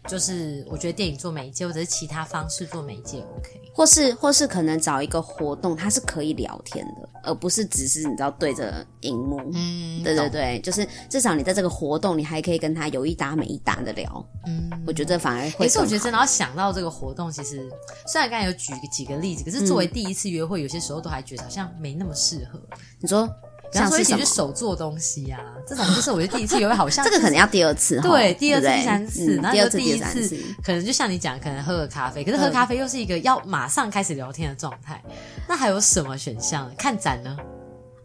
B: 就是我觉得电影做媒介或者是其他方式做媒介 OK。
A: 或是或是可能找一个活动，它是可以聊天的，而不是只是你知道对着荧幕，
B: 嗯
A: 对对，对，就是至少你在这个活动，你还可以跟他有一搭没一搭的聊。
B: 嗯。
A: 我觉得反而会
B: 可是我
A: 更
B: 觉得
A: 好
B: 真的要想到这个活动，其实虽然刚才有举几个例子，可是作
A: 嗯
B: 为第一次约会，有些时候都还觉得好像没那么适合。
A: 你说
B: 比
A: 像
B: 方说
A: 是
B: 一起
A: 什
B: 去
A: 么？
B: 手做东西啊，这种就是我觉得第一次约会好 像
A: 这个可能要第二次哈，
B: 对，第二次、
A: 不对
B: 第三次，
A: 嗯
B: 然后
A: 第
B: 就
A: 二次、
B: 第
A: 第
B: 一
A: 三
B: 次
A: 次，，
B: 可能就像你讲，可能喝个咖啡，可是喝
A: 嗯
B: 咖啡又是一个要马上开始聊天的状态。那还有什么选项？看展呢？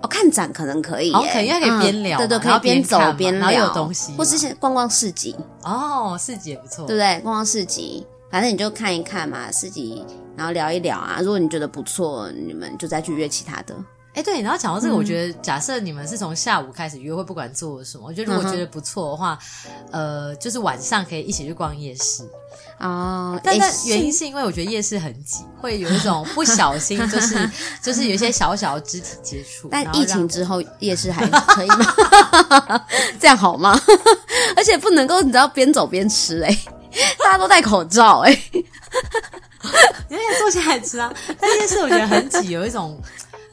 A: 哦，看展可能可以耶，
B: 哦可以可以
A: 嗯
B: 边聊
A: 对对，
B: 嘛
A: 可
B: 然
A: 以
B: 后边
A: 走
B: 看嘛
A: 边
B: 然后
A: 聊
B: 有东西
A: 或是
B: 嘛
A: 先逛逛市集，
B: 哦，四姐不错
A: 对不。对？逛逛市集，反正你就看一看嘛，市集，然后聊一聊啊。如果你觉得不错，你们就再去约其他的。
B: 哎，对，然后讲到这
A: 嗯
B: 个，我觉得假设你们是从下午开始约会，不管做什么，我觉得如
A: 嗯
B: 果
A: 哼
B: 觉得不错的话，呃，就是晚上可以一起去逛夜市。
A: 哦，
B: 但
A: 诶
B: 但原因是因为我觉得夜市很挤，会有一种不小心，就是 就是有一些小小的肢体接触。然
A: 但
B: 后
A: 疫
B: 让
A: 情之后夜市还可以吗？ 这样好吗？ 而且不能够，你知道边走边吃哎、大家都戴口罩哎、
B: 你可以坐下来吃啊。但夜市我觉得很挤，有一种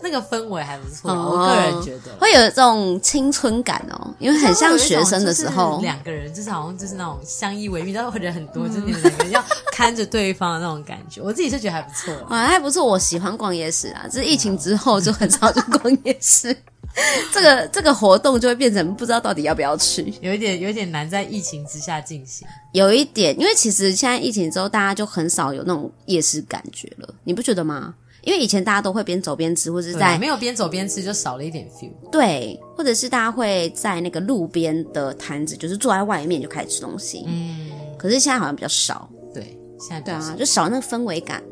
B: 那个氛围还不错、啊
A: 哦
B: 我个人觉得。
A: 会有这种青春感哦，因为很像学生的时
B: 就是
A: 候。
B: 两个人就是好像就是那种相依为命，但是人很多，就是你们两个人要看着对方的那种感 觉。我自己是觉得还不错啊、
A: 啊，还不错，我喜欢逛夜市啊，只是疫情之后就很少去逛夜市， 这个这个活动就会变成不知道到底要不要去。
B: 有一点有一点难在疫情之下进行。
A: 有一点，因为其实现在疫情之后，大家就很少有那种夜市感觉了，你不觉得吗？因为以前大家都会边走边吃，或者是
B: 对啊，
A: 在
B: 没有边走边吃就少了一点 feel。
A: 对，或者是大家会在那个路边的摊子，就是坐在外面就开始吃东西。
B: 嗯，
A: 可是现在好像比较少，
B: 对，现在比
A: 对
B: 较少
A: 啊，就少那个氛围感。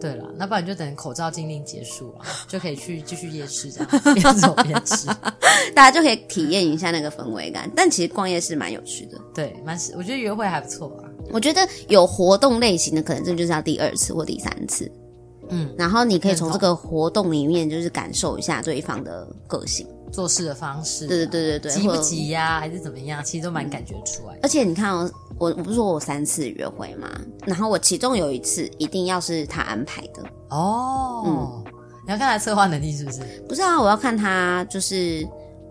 B: 对了，那不然就等口罩禁令结束啊， 就可以去继续夜市这样边走边吃。
A: 大家就可以体验一下那个氛围感。但其实逛夜市蛮有趣的，
B: 对，蛮我觉得约会还不错啊。
A: 我觉得有活动类型的，可能这就是要第二次或第三次。
B: 嗯，
A: 然后你可以从这个活动里面，就是感受一下对方的个性。
B: 做事的方式啊、
A: 对对对对对，
B: 急不
A: 或者？
B: 急呀、还是怎么样，其实都蛮感觉出来的。
A: 而且你看哦，我我不是说我三次约会嘛，然后我其中有一次一定要是他安排的，
B: 哦，你要看他策划能力是不是？
A: 不是啊，我要看他就是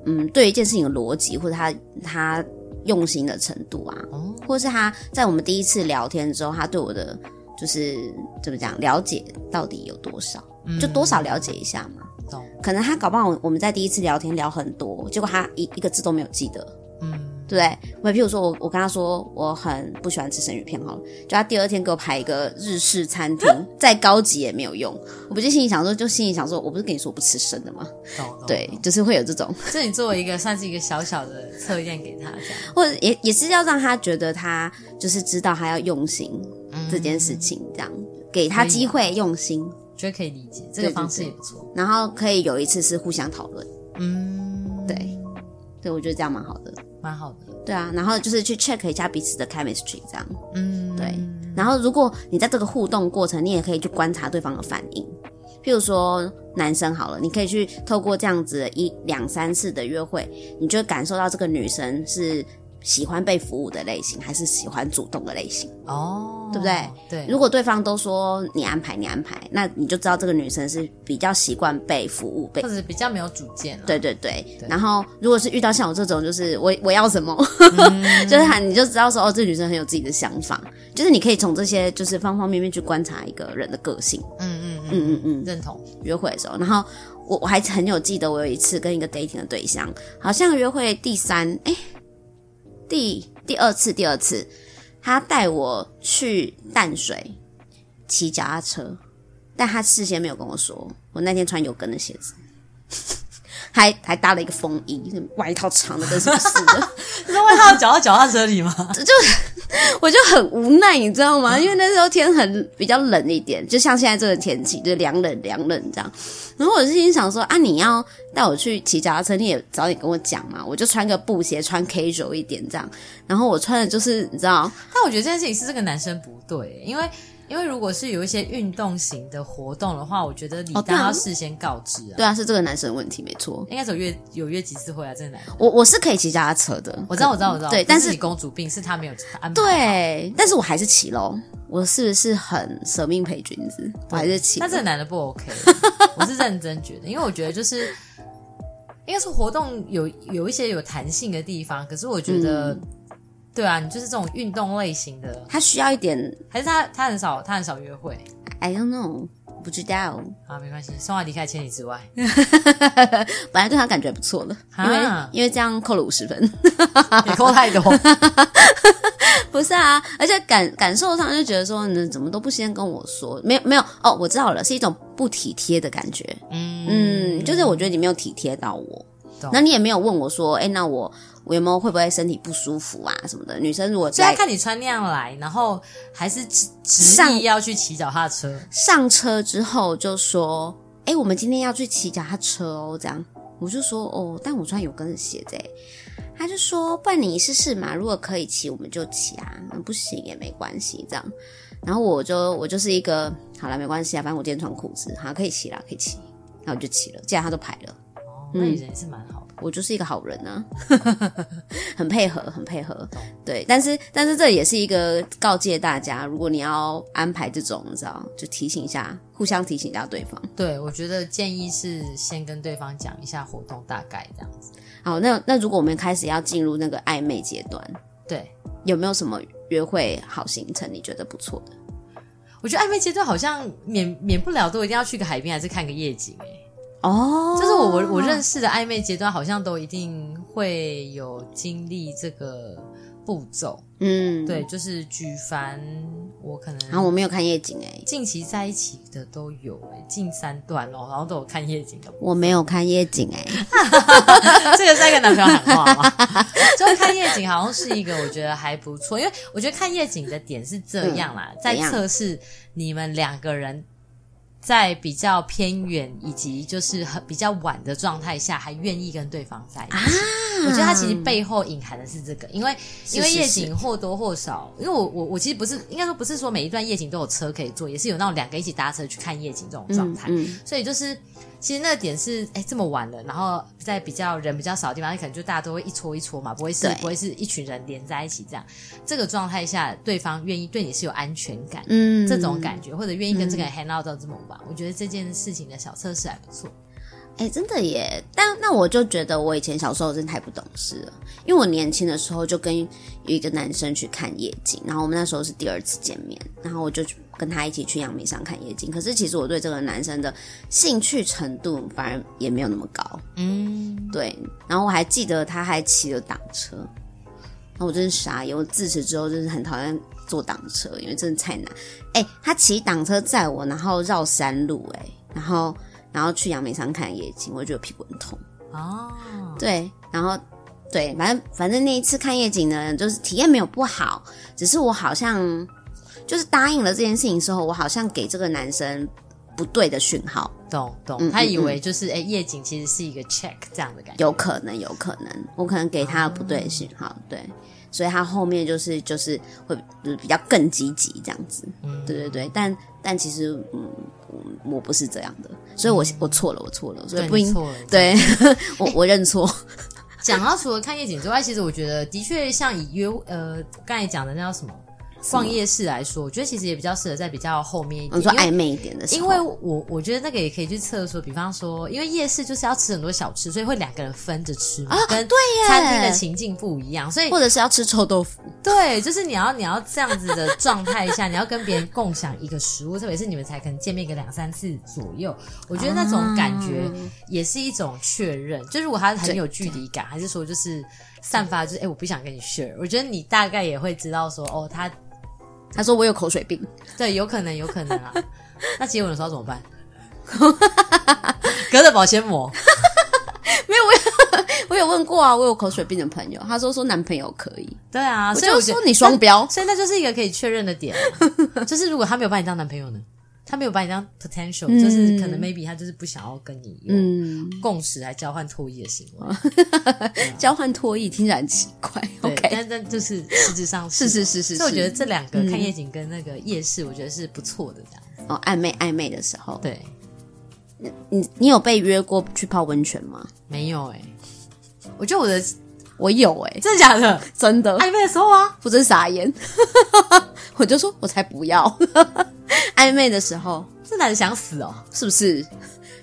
A: 嗯，对一件事情的逻辑，或者他他用心的程度啊，
B: 哦，
A: 或是他在我们第一次聊天之后，他对我的就是怎么讲，了解到底有多少，
B: 嗯
A: 就多少了解一下嘛。
B: 懂，
A: 可能他搞不好我们在第一次聊天聊很多，结果他一一个字都没有记得，
B: 嗯，
A: 对不对？我譬如说我我跟他说我很不喜欢吃生鱼片好了，就他第二天给我排一个日式餐 厅，再高级也没有用。我不就心里想说，就心里想说，我不是跟你说我不吃生的吗？
B: 懂，懂
A: 对，
B: 懂
A: 就是会有这种，
B: 这你作为一个算是一个小小的测验给他这样，
A: 或者也也是要让他觉得他就是知道他要用心
B: 嗯
A: 这件事情，这样给他
B: 可以啊
A: 机会用心，
B: 觉得可以理解，这
A: 对
B: 个
A: 对
B: 方式
A: 对
B: 也不错。
A: 然后可以有一次是互相讨论，
B: 嗯，
A: 对，对我觉得这样蛮好的。
B: 蛮好的。
A: 对啊，然后就是去 check 一下彼此的 chemistry 这样。
B: 嗯，
A: 对然后如果你在这个互动过程，你也可以去观察对方的反应。譬如说男生好了，你可以去透过这样子的一两三次的约会，你就会感受到这个女生是喜欢被服务的类型，还是喜欢主动的类型。
B: 哦，
A: 对不对？
B: 对，
A: 如果对方都说你安排，你安排，那你就知道这个女生是比较习惯被服务、被
B: 或者比较没有主见啊了。
A: 对对对，
B: 对
A: 然后如果是遇到像我这种，就是我我要什么，
B: 嗯
A: 就是他你就知道说哦，这女生很有自己的想法，就是你可以从这些就是方方面面去观察一个人的个性。
B: 嗯，嗯嗯
A: 嗯嗯嗯，
B: 认同。
A: 约会的时候，然后我我还很有记得，我有一次跟一个 dating 的对象，好像约会第三哎、第第二次第二次，他带我去淡水骑脚踏车，但他事先没有跟我说，我那天穿有跟的鞋子。还还搭了一个风衣，外套长的跟什么似的，
B: 你是外套绞到脚踏车里吗？
A: 我就很无奈，你知道
B: 嗯
A: 吗？因为那时候天很比较冷一点，就像现在这个天气，就凉冷凉冷这样。然后我就心想说啊，你要带我去骑脚踏车，你也早点跟我讲嘛，我就穿个布鞋，穿 casual 一点这样。然后我穿的就是你知道，
B: 但我觉得这件事情是这个男生不对，因为因为如果是有一些运动型的活动的话，我觉得理
A: 哦对
B: 当
A: 啊
B: 要事先告知啊。
A: 对啊，是这个男生的问题，没错。
B: 应该走约有约几次会啊？这个男的，
A: 我我是可以骑脚踏车的，
B: 我知道，我知道，我知道。
A: 对，
B: 不
A: 但
B: 是
A: 是
B: 你公主病是他没有安排。，
A: 对，但是我还是骑喽。我是不是很舍命陪君子？我还是骑
B: 但。这个男的不 OK，我是认真觉得，因为我觉得就是。应该是活动有有一些有弹性的地方，可是我觉得，对啊，你就是这种运动类型的，
A: 他需要一点
B: 还是他他很少他很少约会，
A: ，I don't know，不知道。
B: 啊，没关系，送他离开千里 之外。
A: 本来对他感觉还不错的，因为
B: 啊
A: 因为这样扣了五十分。
B: 你扣太 多。
A: 不是啊，而且感感受上就觉得说，你怎么都不先跟我说？没有没有哦，我知道了，是一种不体贴的感觉。
B: 嗯
A: 嗯，就是我觉得你没有体贴到我
B: 懂，
A: 那你也没有问我说，哎、那我我有没有会不会身体不舒服啊什么的？女生如果
B: 所以他
A: 在
B: 看你穿那样来，然后还是执执
A: 上
B: 意要去骑脚踏车，
A: 上车之后就说，哎、我们今天要去骑脚踏车哦，这样我就说哦，但我穿有跟的鞋子、欸。他就说，不然你试试嘛，如果可以骑我们就骑啊，那不行也没关系这样。然后我就我就是一个好了，没关系啊，反正我今天穿裤子，好可以骑啦，可以骑，那我就骑了。既然他都排了，
B: 哦，那你人是蛮好的。
A: 我就是一个好人 啊，很配合，很配合。对，但是但是这也是一个告诫大家，如果你要安排这种，你知道，就提醒一下，互相提醒一下对方。
B: 对，我觉得建议是先跟对方讲一下活动大概这样子。
A: 好，那那如果我们开始要进入那个暧昧阶段，
B: 对，
A: 有没有什么约会好行程你觉得不错的？
B: 我觉得暧昧阶段好像免免不了都一定要去个海边，还是看个夜景、欸。
A: 哦
B: 就是我我我认识的暧昧阶段，好像都一定会有经历这个步骤。
A: 嗯，
B: 对，就是举凡我可能
A: 然后我没有看夜景哎、
B: 近期在一起的都有、欸，近三段哦，然后都有看夜景的。
A: 我没有看夜景哎、
B: 这个在跟男朋友喊话吗？ 就看夜景好像是一个我觉得还不错，因为我觉得看夜景的点是这样啦，在
A: 嗯怎样
B: 测试你们两个人在比较偏远以及就是很比较晚的状态下，还愿意跟对方在一起。我觉得它其实背后隐含的是这个，因为
A: 啊是
B: 因为
A: 是
B: 夜
A: 是
B: 景或多或少，因为我我我其实不是应该说不是说每一段夜景都有车可以坐，也是有那种两个一起搭车去看夜景这种状态。
A: 嗯嗯
B: 所以就是，其实那个点是，哎、这么晚了，然后在比较人比较少的地方，可能就大家都会一撮一撮嘛，不会是
A: 对
B: 不会是一群人连在一起这样。这个状态下，对方愿意对你是有安全感，
A: 嗯
B: 这种感觉，或者愿意跟这个人 hang out 到这么晚，我觉得这件事情的小测试还不错。
A: 哎、真的耶！但那我就觉得我以前小时候真的太不懂事了，因为我年轻的时候就跟有一个男生去看夜景，然后我们那时候是第二次见面，然后我就去跟他一起去阳明山看夜景。可是其实我对这个男生的兴趣程度反而也没有那么高，
B: 嗯，
A: 对。然后我还记得他还骑了挡车，然后我真是傻眼。我自此之后就是很讨厌坐挡车，因为真的太难。哎、他骑挡车载我，然后绕山路、哎，然后然后去阳明山看夜景，我就觉得屁股很痛。
B: 哦，
A: 对，然后对，反正反正那一次看夜景呢，就是体验没有不好，只是我好像就是答应了这件事情之后，我好像给这个男生不对的讯号，
B: 懂懂，
A: 嗯
B: 他以
A: 嗯
B: 为就是哎、夜景其实是一个 check 这样的感觉，
A: 有可能，有可能，我可能给他不对的讯号，对，
B: 嗯
A: 所以他后面就是就是会就是比较更积极这样子，
B: 嗯
A: 对对对，但但其实嗯。我我不是这样的，所以我我错了，我错了，所以
B: 嗯对
A: 不
B: 你
A: 应
B: 错了，
A: 对 我我认错，
B: 讲到除了看夜景之外，其实我觉得的确像以约呃刚才讲的那叫什么逛夜市来说，我觉得其实也比较适合在比较后面一点。
A: 哦你说
B: 因为
A: 暧昧一点的时候，
B: 因为我我觉得那个也可以去测说，比方说，因为夜市就是要吃很多小吃，所以会两个人分着吃嘛，跟对
A: 啊耶
B: 餐厅的情境不一样，所以
A: 或者是要吃臭豆腐，
B: 对，就是你要你要这样子的状态下，你要跟别人共享一个食物，特别是你们才可能见面个两三次左右，我觉得那种感
A: 啊
B: 觉也是一种确认。就如果他很有距离感，还是说就是散发就是哎、诶我不想跟你 share，我觉得你大概也会知道说哦，他
A: 他说我有口水病，
B: 对，有可能，有可能啊。那接吻的时候要怎么办？隔着保鲜膜，
A: 我有问过啊，我有口水病的朋友，他说说男朋友可以，
B: 对啊，
A: 我
B: 所以我
A: 就
B: 觉
A: 说
B: 得，
A: 你双标，
B: 所以那就是一个可以确认 的点啊、就是如果他没有把你当男朋友呢，他没有把你当 potential，、就是可能 maybe 他就是不想要跟你有
A: 嗯，哦
B: 共识来交换唾液的行为。
A: 交换脱衣听起来很奇怪
B: 对
A: ，OK，
B: 但但就是实质上
A: 是是是是，
B: 所以我觉得
A: 是
B: 这两个看夜景跟那个夜市，我觉得是不错的这样。
A: 哦，暧昧暧昧的时候，
B: 对，
A: 你你有被约过去泡温泉吗？
B: 没有哎、我觉得我的
A: 我有哎、
B: 真的假的
A: 真的，
B: 暧昧的时候啊，
A: 我真傻眼， 我就说我才不 要，暧昧的时候
B: 这男的想死哦。
A: 是不是？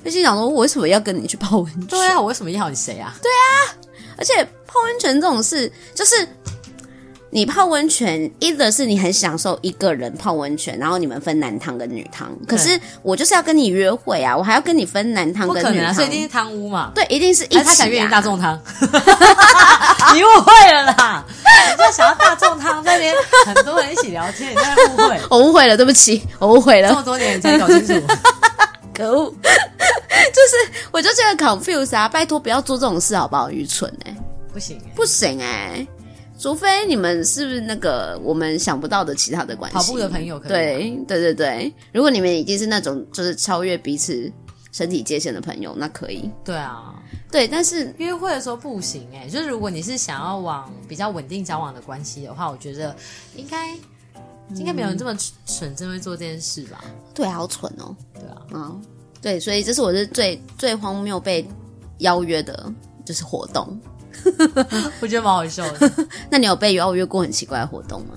A: 就心想说，我为什么要跟你去泡温泉？
B: 对啊，我为什么要你谁啊？
A: 而且泡温泉这种事，就是你泡温泉，either 是你很享受一个人泡温泉，然后你们分男汤跟女汤。可是我就是要跟你约会啊，我还要跟你分男汤
B: 不
A: 跟
B: 可
A: 女
B: 能啊，
A: 汤，
B: 所以一定是贪污嘛。
A: 对，一定是一起、
B: 还
A: 啊。
B: 哎是他想约你大众汤， 你误会了啦！人家想要大众汤，在那边很多人一起聊天，你在那边 误会。
A: 我误会了，对不起，我误会
B: 这
A: 了，
B: 么多年你才搞清楚，
A: 可 恶！就是我就这个 confuse 啊，拜托不要做这种事好不好？愚蠢哎、
B: 不行欸
A: 不行哎、除非你们是不是那个我们想不到的其他的关系？
B: 跑步的朋友可以
A: 对对对对，如果你们已经是那种就是超越彼此身体界限的朋友，那可以。
B: 对啊，
A: 对，但是
B: 约会的时候不行哎、就是如果你是想要往比较稳定交往的关系的话，我觉得应该应该没有人这么蠢，真会做这件事吧？
A: 对，好蠢哦。
B: 对啊，
A: 啊，对，所以这是我是最最荒谬被邀约的，就是活动。
B: 我觉得蛮好笑的。
A: 那你有被邀约过很奇怪的活动吗？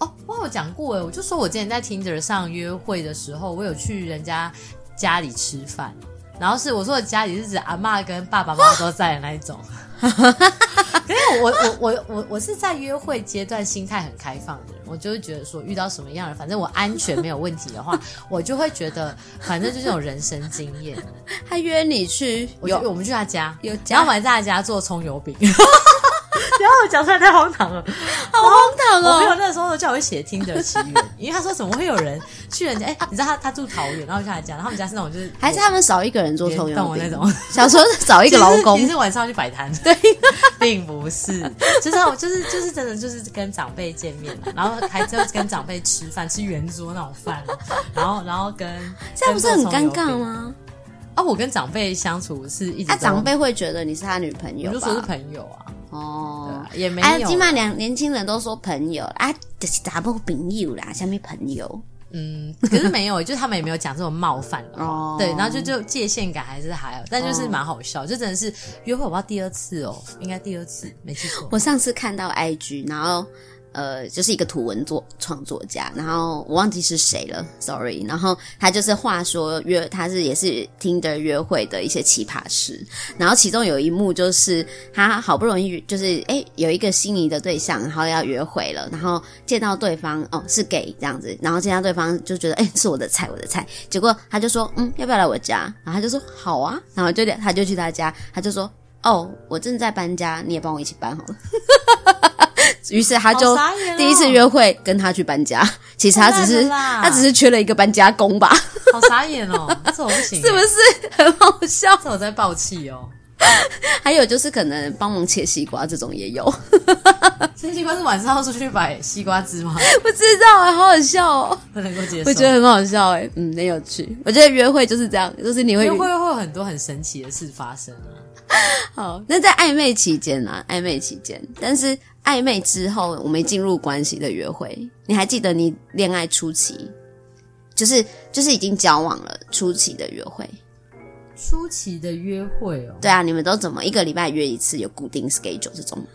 B: 哦，我有讲过哎，我就说我之前在 Tinder 上约会的时候，我有去人家家里吃饭，然后是我说的家里是指阿嬷跟爸爸妈妈都在的那一种。可是我我我我我是在约会阶段心态很开放的人，我就会觉得说遇到什么样的，反正我安全没有问题的话，我就会觉得反正就是有人生经验。
A: 他约你去
B: 我
A: 有
B: 就我们去他家，
A: 有家
B: 然后我还在他家做 葱油饼。然后我讲出来太荒唐了，
A: 好荒唐
B: 我朋友
A: 哦！
B: 那时候叫我去写《听的奇缘》，因为他说怎么会有人去人家？哎、你知道他他住桃园，然后我去他家，然后我们家是那种就是
A: 还是他们少一个人做
B: 联
A: 抽油
B: 动的
A: 饼
B: 那，种，
A: 想说找一个劳工
B: 其实其实晚上去摆 摊，对，并不是，就是我就是就是真的就是跟长辈见面嘛，然后还就跟长辈吃饭，吃圆桌那种饭，哦然后然后跟
A: 这样不是很尴？
B: 跟做葱
A: 尬
B: 油饼
A: 吗？
B: 啊，我跟长辈相处是一直
A: 他
B: 都
A: 长，辈会觉得你是他女朋
B: 我
A: 友
B: 就
A: 吧？
B: 说是朋友啊，对
A: 哦
B: 啊，也没
A: 哎，
B: 有
A: 起码两年轻人都说朋友啊，就是打不朋友啦，下面朋友
B: 嗯，可是没有，就是他们也没有讲这种冒犯的话，
A: 哦
B: 对，然后就就界限感还是还有，但就是蛮好笑，就真的是约会我不知道第二次哦，应该第二次没记错，
A: 我上次看到 IG，然后呃，就是一个图文作创作家，然后我忘记是谁了，sorry。然后他就是话说约，他是也是 Tinder 约会的一些奇葩事。然后其中有一幕就是他好不容易就是哎有一个心仪的对象，然后要约会了，然后见到对方哦是 gay 这样子，然后见到对方就觉得哎是我的菜我的菜，结果他就说嗯要不要来我家？然后他就说好啊，然后就他就去他家，他就说哦我正在搬家，你也帮我一起搬好了。于是他就
B: 好傻眼哦
A: 第一次约会跟他去搬家，其实他只是
B: 太烂了啦
A: 他只是缺了一个搬家工吧，
B: 好傻眼哦，这我不 行，欸
A: 是不是很好笑？
B: 这我在爆气哦。
A: 还有就是可能帮忙切西瓜这种也有，
B: 这西瓜是晚上要出去买西瓜汁吗？
A: 不知道啊，好好笑哦，
B: 不能够接受。
A: 我觉得很好笑哎、嗯，很有趣。我觉得约会就是这样，就是你会
B: 约会会有很多很神奇的事发生啊。
A: 好，那在暧昧期间啊，暧昧期间，但是暧昧之后，我们进入关系的约会，你还记得你恋爱初期，就是就是已经交往了初期的约会。
B: 初期的约会哦，
A: 对啊，你们都怎么一个礼拜约一次，有固定 schedule 这种吗？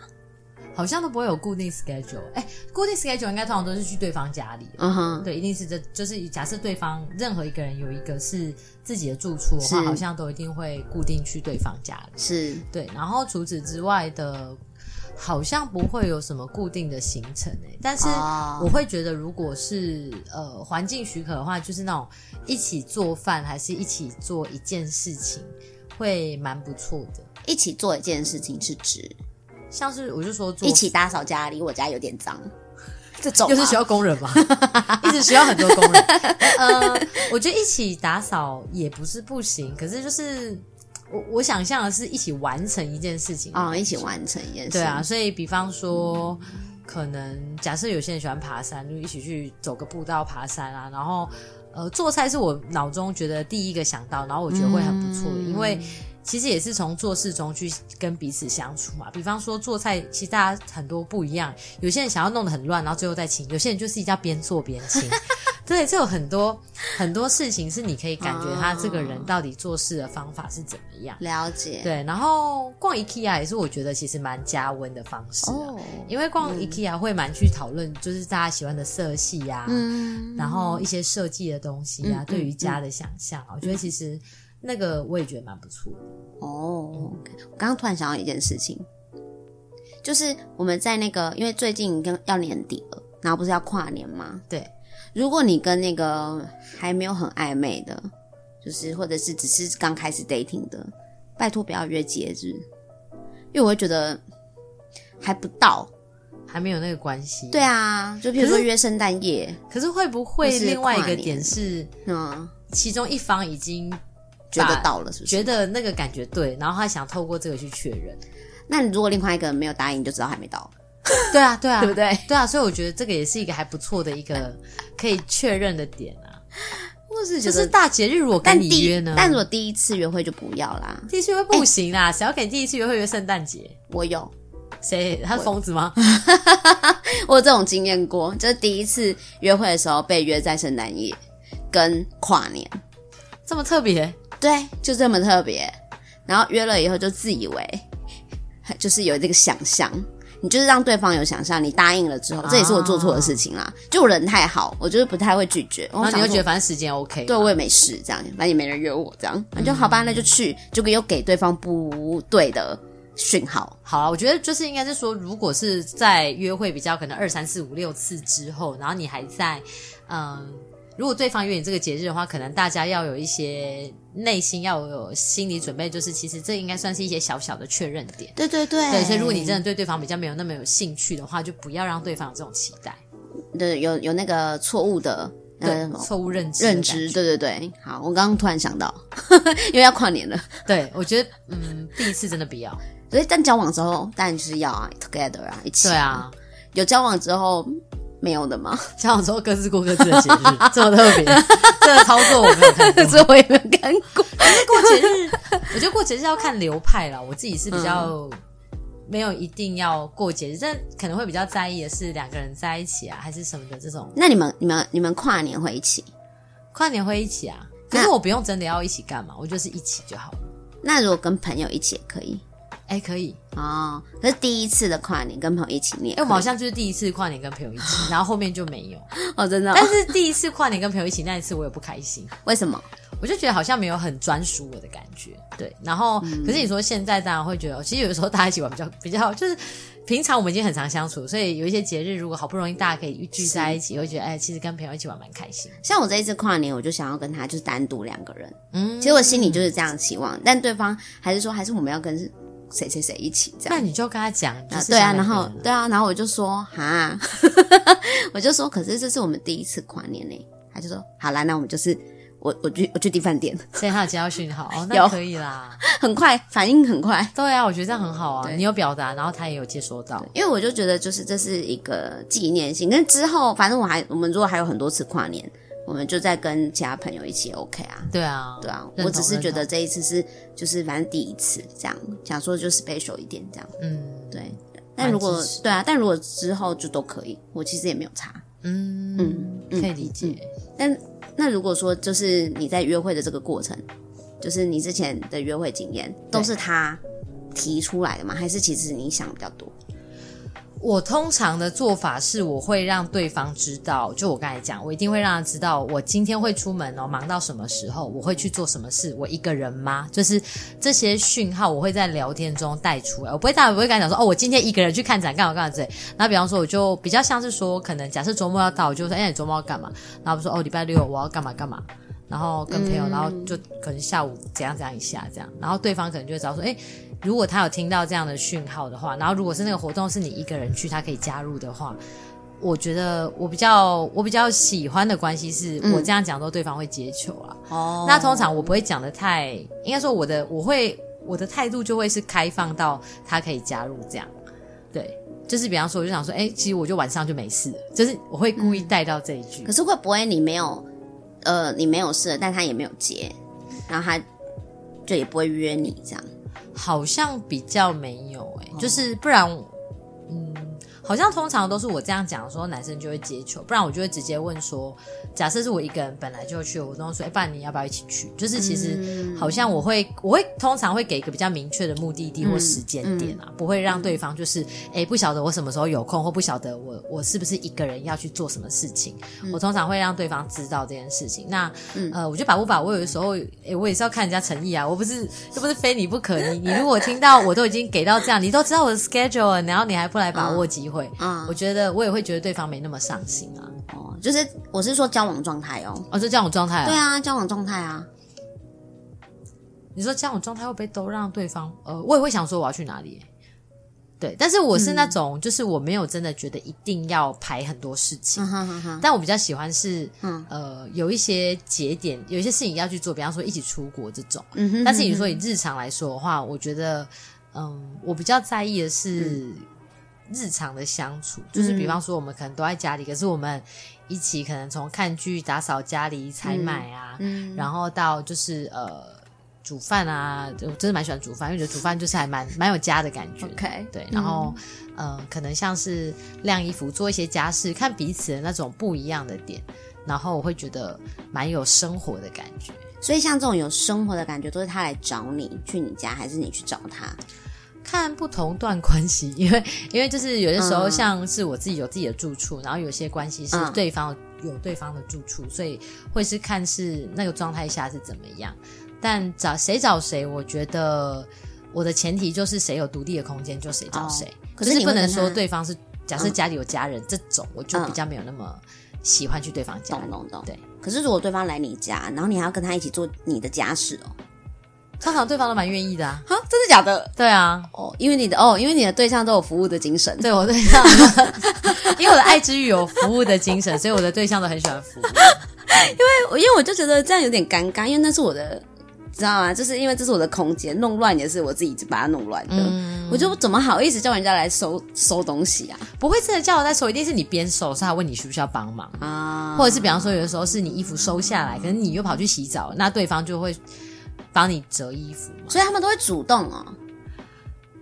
B: 好像都不会有固定 schedule。哎，固定 schedule 应该通常都是去对方家里。哦
A: 嗯哼，
B: 对，一定是这，就是假设对方任何一个人有一个是自己的住处的话，
A: 是
B: 好像都一定会固定去对方家里。
A: 是
B: 对，然后除此之外的，好像不会有什么固定的行程诶、但是
A: 哦
B: 我会觉得，如果是呃环境许可的话，就是那种一起做饭，还是一起做一件事情，会蛮不错的。
A: 一起做一件事情是指
B: 像是我就说做
A: 一起打扫家里，我家有点脏，这种啊
B: 又是需
A: 小
B: 要工人吧， 一直需要很多工人。 呃，我觉得一起打扫也不是不行，可是就是我我想象的是一起完成一件事情
A: 啊、哦，一起完成一件事，
B: 对啊，，所以比方说，可能假设有些人喜欢爬山，就一起去走个步道爬山啊，然后呃，做菜是我脑中觉得第一个想到，然后我觉得会很不错，
A: 嗯
B: 因为。其实也是从做事中去跟彼此相处嘛。比方说做菜，其实大家很多不一样，有些人想要弄得很乱，然后最后再清；有些人就是一定要边做边 清。对，这有很多很多事情是你可以感觉他这个
A: 哦
B: 人到底做事的方法是怎么样。
A: 了解，
B: 对，然后逛 IKEA 也是我觉得其实蛮加温的方式、啊
A: 哦，
B: 因为逛 IKEA 会蛮去讨论就是大家喜欢的色系呀、啊，
A: 嗯，
B: 然后一些设计的东西啊，
A: 嗯
B: 对于家的想象啊、我觉得其实那个我也觉得蛮不错的。
A: 哦，OK，我刚刚突然想到一件事情，就是我们在那个，因为最近跟要年底了，然后不是要跨年吗？
B: 对，
A: 如果你跟那个还没有很暧昧的，就是或者是只是刚开始 dating 的，拜托不要约节日，因为我会觉得还不到。
B: 还没有那个关系。
A: 对，啊，就比如说约圣诞夜，
B: 可是会不会
A: 或是
B: 另外一
A: 跨
B: 个
A: 年
B: 点是，
A: 嗯，
B: 其中一方已经
A: 觉得
B: 把
A: 到了是不是？
B: 觉得那个感觉对，然后他想透过这个去确认？
A: 那你如果另外一个人没有答应，你就知道还没到，
B: 对啊， 对啊，
A: 对不对？
B: 对啊，所以我觉得这个也是一个还不错的一个可以确认的点啊。
A: 或是觉
B: 就
A: 得，
B: 是大节日如果
A: 但
B: 跟你
A: 第
B: 约呢？哎
A: 但如果第一次约会就不要啦。
B: 第一次约会不行啦，谁要给你第一次约会约圣诞节？
A: 我有，
B: 谁？他是疯子吗？
A: 我有这种经验过，就是第一次约会的时候被约在圣诞夜跟跨年。
B: 这么特别？
A: 对，就这么特别。然后约了以后就自以为，就是有这个想象，你就是让对方有想象，你答应了之后，这也是我做错的事情啦。就我人太好，我就是不太会拒绝，然
B: 然后你
A: 就
B: 就觉得反正时间 OK，
A: 对我也没事，这样反正也没人约我，这样那就好吧，那就去，结果又给对方不对的讯号。
B: 好啊，我觉得就是应该是说，如果是在约会比较可能二三四五六次之后，然后你还在，嗯，如果对方约你这个节日的话，可能大家要有一些内心要有心理准备，就是其实这应该算是一些小小的确认点。
A: 对对对，
B: 对，所以如果你真的对对方比较没有那么有兴趣的话，就不要让对方有这种期待，
A: 对有有那个错误的呃
B: 对，错误认知的
A: 认
B: 感
A: 知，
B: 觉
A: 对对对。好，我刚刚突然想到， 因为要跨年了。
B: 对，我觉得嗯，第一次真的不要。
A: 所以，但交往之后，当然就是要啊，together 啊，一起。
B: 对，啊，
A: 有交往之后没有的吗？
B: 交往之后各自过各自的节日，这么特别，这个操作我没有看过。
A: 这我也没有看过。
B: 过节日，我觉得过节日要看流派啦。我自己是比较没有一定要过节日，但可能会比较在意的是两个人在一起啊，还是什么的这种
A: 那你们、你们、你们跨年会一起？
B: 跨年会一起啊。可是我不用真的要一起干嘛，我就是一起就好了。
A: 那如果跟朋友一起也可以，
B: 哎、可以，
A: 哦，可是第一次的跨年跟朋友一起念，
B: 哎、我们好像就是第一次跨年跟朋友一 起，然后后面就没有。
A: 哦，真的哦、
B: 但是第一次跨年跟朋友一起那一次，我也不开心，
A: 为什么？
B: 我就觉得好像没有很专属我的感觉。
A: 嗯
B: 对，然后、可是你说现在当然会觉得，其实有的时候大家一起玩比较比较，就是平常我们已经很常相处，所以有一些节日如果好不容易大家可以聚在一起，会觉得哎，其实跟朋友一起玩蛮开心。
A: 像我这一次跨年，我就想要跟他就是单独两个人，
B: 嗯
A: 其实我心里就是这样期望，但对方还是说还是我们要跟谁谁谁一起这样
B: 那。你就跟他讲，就
A: 啊，
B: 是
A: 对啊，
B: 想
A: 然
B: 两个
A: 后
B: 人
A: 对啊，然后我就说哈， 我就说，可是这是我们第一次跨年呢。他就说，好啦，那我们就是我我去我去订饭店，
B: 所以他有接到讯号，哦，那
A: 有
B: 可以啦。
A: 很快反应很快，
B: 对啊，我觉得这样很好啊，
A: 嗯对
B: 你有表达，然后他也有接收到。
A: 因为我就觉得就是这是一个纪念性，跟之后反正我还我们如果还有很多次跨年，我们就再跟其他朋友一起 OK 啊。
B: 对啊，
A: 对啊，
B: 认
A: 我
B: 同
A: 只是觉得
B: 认
A: 这一次是就是反正第一次这样，想说就 special 一点这样。
B: 同嗯
A: 对，但如果
B: 支持
A: 对啊，但如果之后就都可以，我其实也没有差。
B: 嗯
A: 嗯
B: 可以理解。
A: 但那如果说就是你在约会的这个过程，就是你之前的约会经验都是他提出来的吗？还是其实你想比较多？
B: 我通常的做法是，我会让对方知道，就我刚才讲，我一定会让他知道，我今天会出门哦，忙到什么时候，我会去做什么事，我一个人吗？就是这些讯号，我会在聊天中带出来，我不会大，我不会跟他讲说，哦，我今天一个人去看展，干嘛干嘛之类。那比方说，我就比较像是说，可能假设周末要到，我就说，哎，你周末要干嘛？然后我说，哦，礼拜六我要干嘛干嘛。然后跟朋友，然后就可能下午怎样怎样一下这样，然后对方可能就会知道说，哎，如果他有听到这样的讯号的话，然后如果是那个活动是你一个人去，他可以加入的话，我觉得我比较我比较喜欢的关系是、我这样讲之后，对方会接球啊。
A: 哦
B: 那通常我不会讲的太，应该说我的我会我的态度就会是开放到他可以加入这样，对。就是比方说，我就想说，哎、其实我就晚上就没事了，就是我会故意带到这一句。
A: 可是会不会你没有呃你没有试了，但他也没有接，然后他就也不会约你这样？
B: 好像比较没有哎、就是不然，嗯，好像通常都是我这样讲的时候，男生就会接球，不然我就会直接问说，假设是我一个人本来就去，我都会说，哎、不然你要不要一起去？就是其实好像我会，我会通常会给一个比较明确的目的地或时间点啊，不会让对方就是，哎、不晓得我什么时候有空，或不晓得我我是不是一个人要去做什么事情。我通常会让对方知道这件事情。那、
A: 嗯
B: 呃，我觉得把不把握，有的时候，诶，我也是要看人家诚意啊。我不是又不是非你不可。你你如果听到我都已经给到这样，你都知道我的 schedule，了然后你还不来把握机会，
A: 嗯
B: 我觉得我也会觉得对方没那么上心啊。
A: 哦，就是我是说交往状态哦。
B: 哦，就这种状态、啊。
A: 对啊，交往状态 啊，
B: 你说这种状态会不会都让对方？呃，我也会想说我要去哪里、欸对，但是我是
A: 嗯
B: 那种，就是我没有真的觉得一定要排很多事情，
A: 嗯哼哼哼，
B: 但我比较喜欢是，
A: 嗯
B: 呃，有一些节点，有一些事情要去做，比方说一起出国这种。
A: 嗯哼，
B: 但是你说以日常来说的话，我觉得，嗯，我比较在意的是
A: 嗯
B: 日常的相处，就是比方说我们可能都在家里，可是我们一起可能从看剧、打扫家里、采买啊，
A: 嗯
B: 然后到就是呃煮饭啊，我真的蛮喜欢煮饭，因为我觉得煮饭就是还蛮蛮有家的感觉的。
A: OK
B: 对，
A: 嗯
B: 然后呃，可能像是晾衣服、做一些家事，看彼此的那种不一样的点，然后我会觉得蛮有生活的感觉。
A: 所以像这种有生活的感觉，都是他来找你，去你家，还是你去找他？
B: 看不同段关系，因为 因为就是有些时
A: 嗯
B: 候像是我自己有自己的住处，然后有些关系是
A: 嗯
B: 对方有对方的住处，所以会是看是那个状态下是怎么样。但找谁找谁，我觉得我的前提就是谁有独立的空间就谁找谁，
A: 哦可
B: 就是
A: 你
B: 不
A: 会
B: 能
A: 跟他
B: 说对方是假设家里有家人、这种，我就
A: 嗯
B: 比较没有那么喜欢去对方家
A: 懂
B: 里。
A: 懂懂。
B: 对。
A: 可是如果对方来你家，然后你还要跟他一起做你的家事哦，
B: 通常对方都蛮愿意的啊，
A: 哈，真的假的？
B: 对啊，
A: 哦，因为你的哦，因为你的对象都有服务的精神。
B: 对我对象，啊 因为我的爱之欲有服务的精神，所以我的对象都很喜欢服务。
A: 我因为我就觉得这样有点尴尬，因为那是我的，知道吗？就是因为这是我的空间，弄乱也是我自己把它弄乱的。我就怎么好意思叫人家来收收东西啊？
B: 不会真的叫我在收，一定是你边收，所以他问你需不需要帮忙，
A: 啊，
B: 或者是比方说有的时候是你衣服收下来，可能你又跑去洗澡，那对方就会帮你折衣服嘛。
A: 所以他们都会主动哦。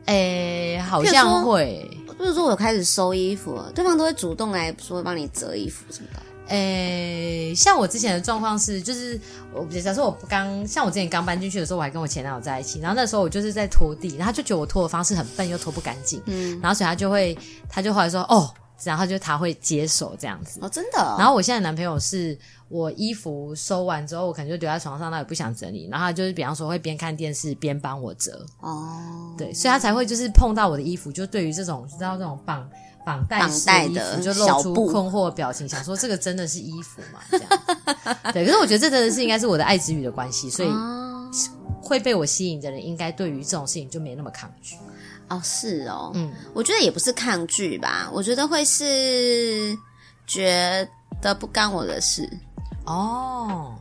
B: 诶、好
A: 譬如
B: 像
A: 说
B: 会。
A: 就是说我有开始收衣服了，对方都会主动来说帮你折衣服什么的。
B: 诶、像我之前的状况是，就是我假设我刚像我之前刚搬进去的时候，我还跟我前男友在一起，然后那时候我就是在拖地，然后他就觉得我拖的方式很笨，又拖不干净，嗯，然后所以他就会，他就后来说哦，然后就他会接手这样子，
A: 哦，真的哦、
B: 然后我现在的男朋友是我衣服收完之后，我可能就留在床上，他也不想整理，然后他就是比方说会边看电视边帮我折，
A: 哦，
B: 对，所以他才会就是碰到我的衣服，就对于这种你知道这种绑绑带式的
A: 绑
B: 衣
A: 带
B: 服，
A: 的
B: 就
A: 小
B: 露出
A: 布
B: 困惑的表情，想说这个真的是衣服吗？这样，对。可是我觉得这真的是应该是我的爱之语的关系，所以
A: 哦
B: 会被我吸引的人，应该对于这种事情就没那么抗拒。
A: 哦是哦，
B: 嗯，
A: 我觉得也不是抗拒吧，我觉得会是觉得不干我的事，
B: 哦，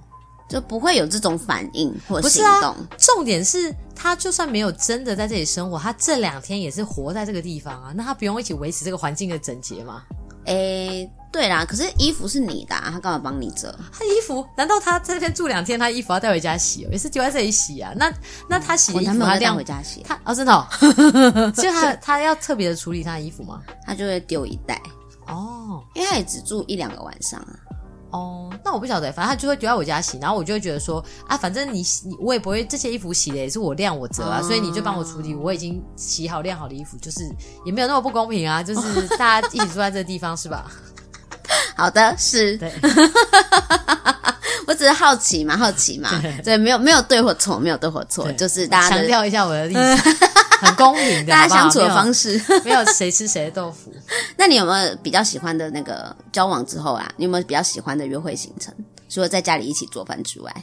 A: 就不会有这种反应或
B: 不是
A: 行
B: 啊
A: 动。
B: 重点是他就算没有真的在这里生活，他这两天也是活在这个地方啊，那他不用一起维持这个环境的整洁吗？
A: 诶、对啦，可是衣服是你的、啊，他干嘛帮你折？
B: 他衣服，难道他在这边住两天，他衣服要带回家洗、哦，也是丢在这里洗啊？那那他洗的
A: 我
B: 衣
A: 男
B: 服，
A: 朋友
B: 他
A: 会带
B: 这样
A: 回家洗，啊
B: 他哦，真 的、哦，所以他他要特别的处理他的衣服吗？
A: 他就会丢一袋，
B: 哦
A: 因为他也只住一两个晚上啊。
B: 哦，那我不晓得，反正他就会丢在我家洗，然后我就会觉得说啊，反正你洗，你我也不会这些衣服洗的也是我晾我折啊，
A: 哦
B: 所以你就帮我处理我已经洗好晾好的衣服，就是也没有那么不公平啊，就是 大家一起住在这个地方是吧？
A: 好的，是
B: 对，
A: 我只是好奇嘛，好奇嘛，对，没有没有对或错，没有对或错，
B: 对
A: 就是大家
B: 强
A: 的
B: 调一下我的立场，很公 平的，
A: 大家
B: 好
A: 相
B: 不
A: 处
B: 好
A: 的方式。
B: 没有没有谁吃谁的豆腐。
A: 那你有没有比较喜欢的那个交往之后啊？你有没有比较喜欢的约会行程？除了在家里一起做饭之外，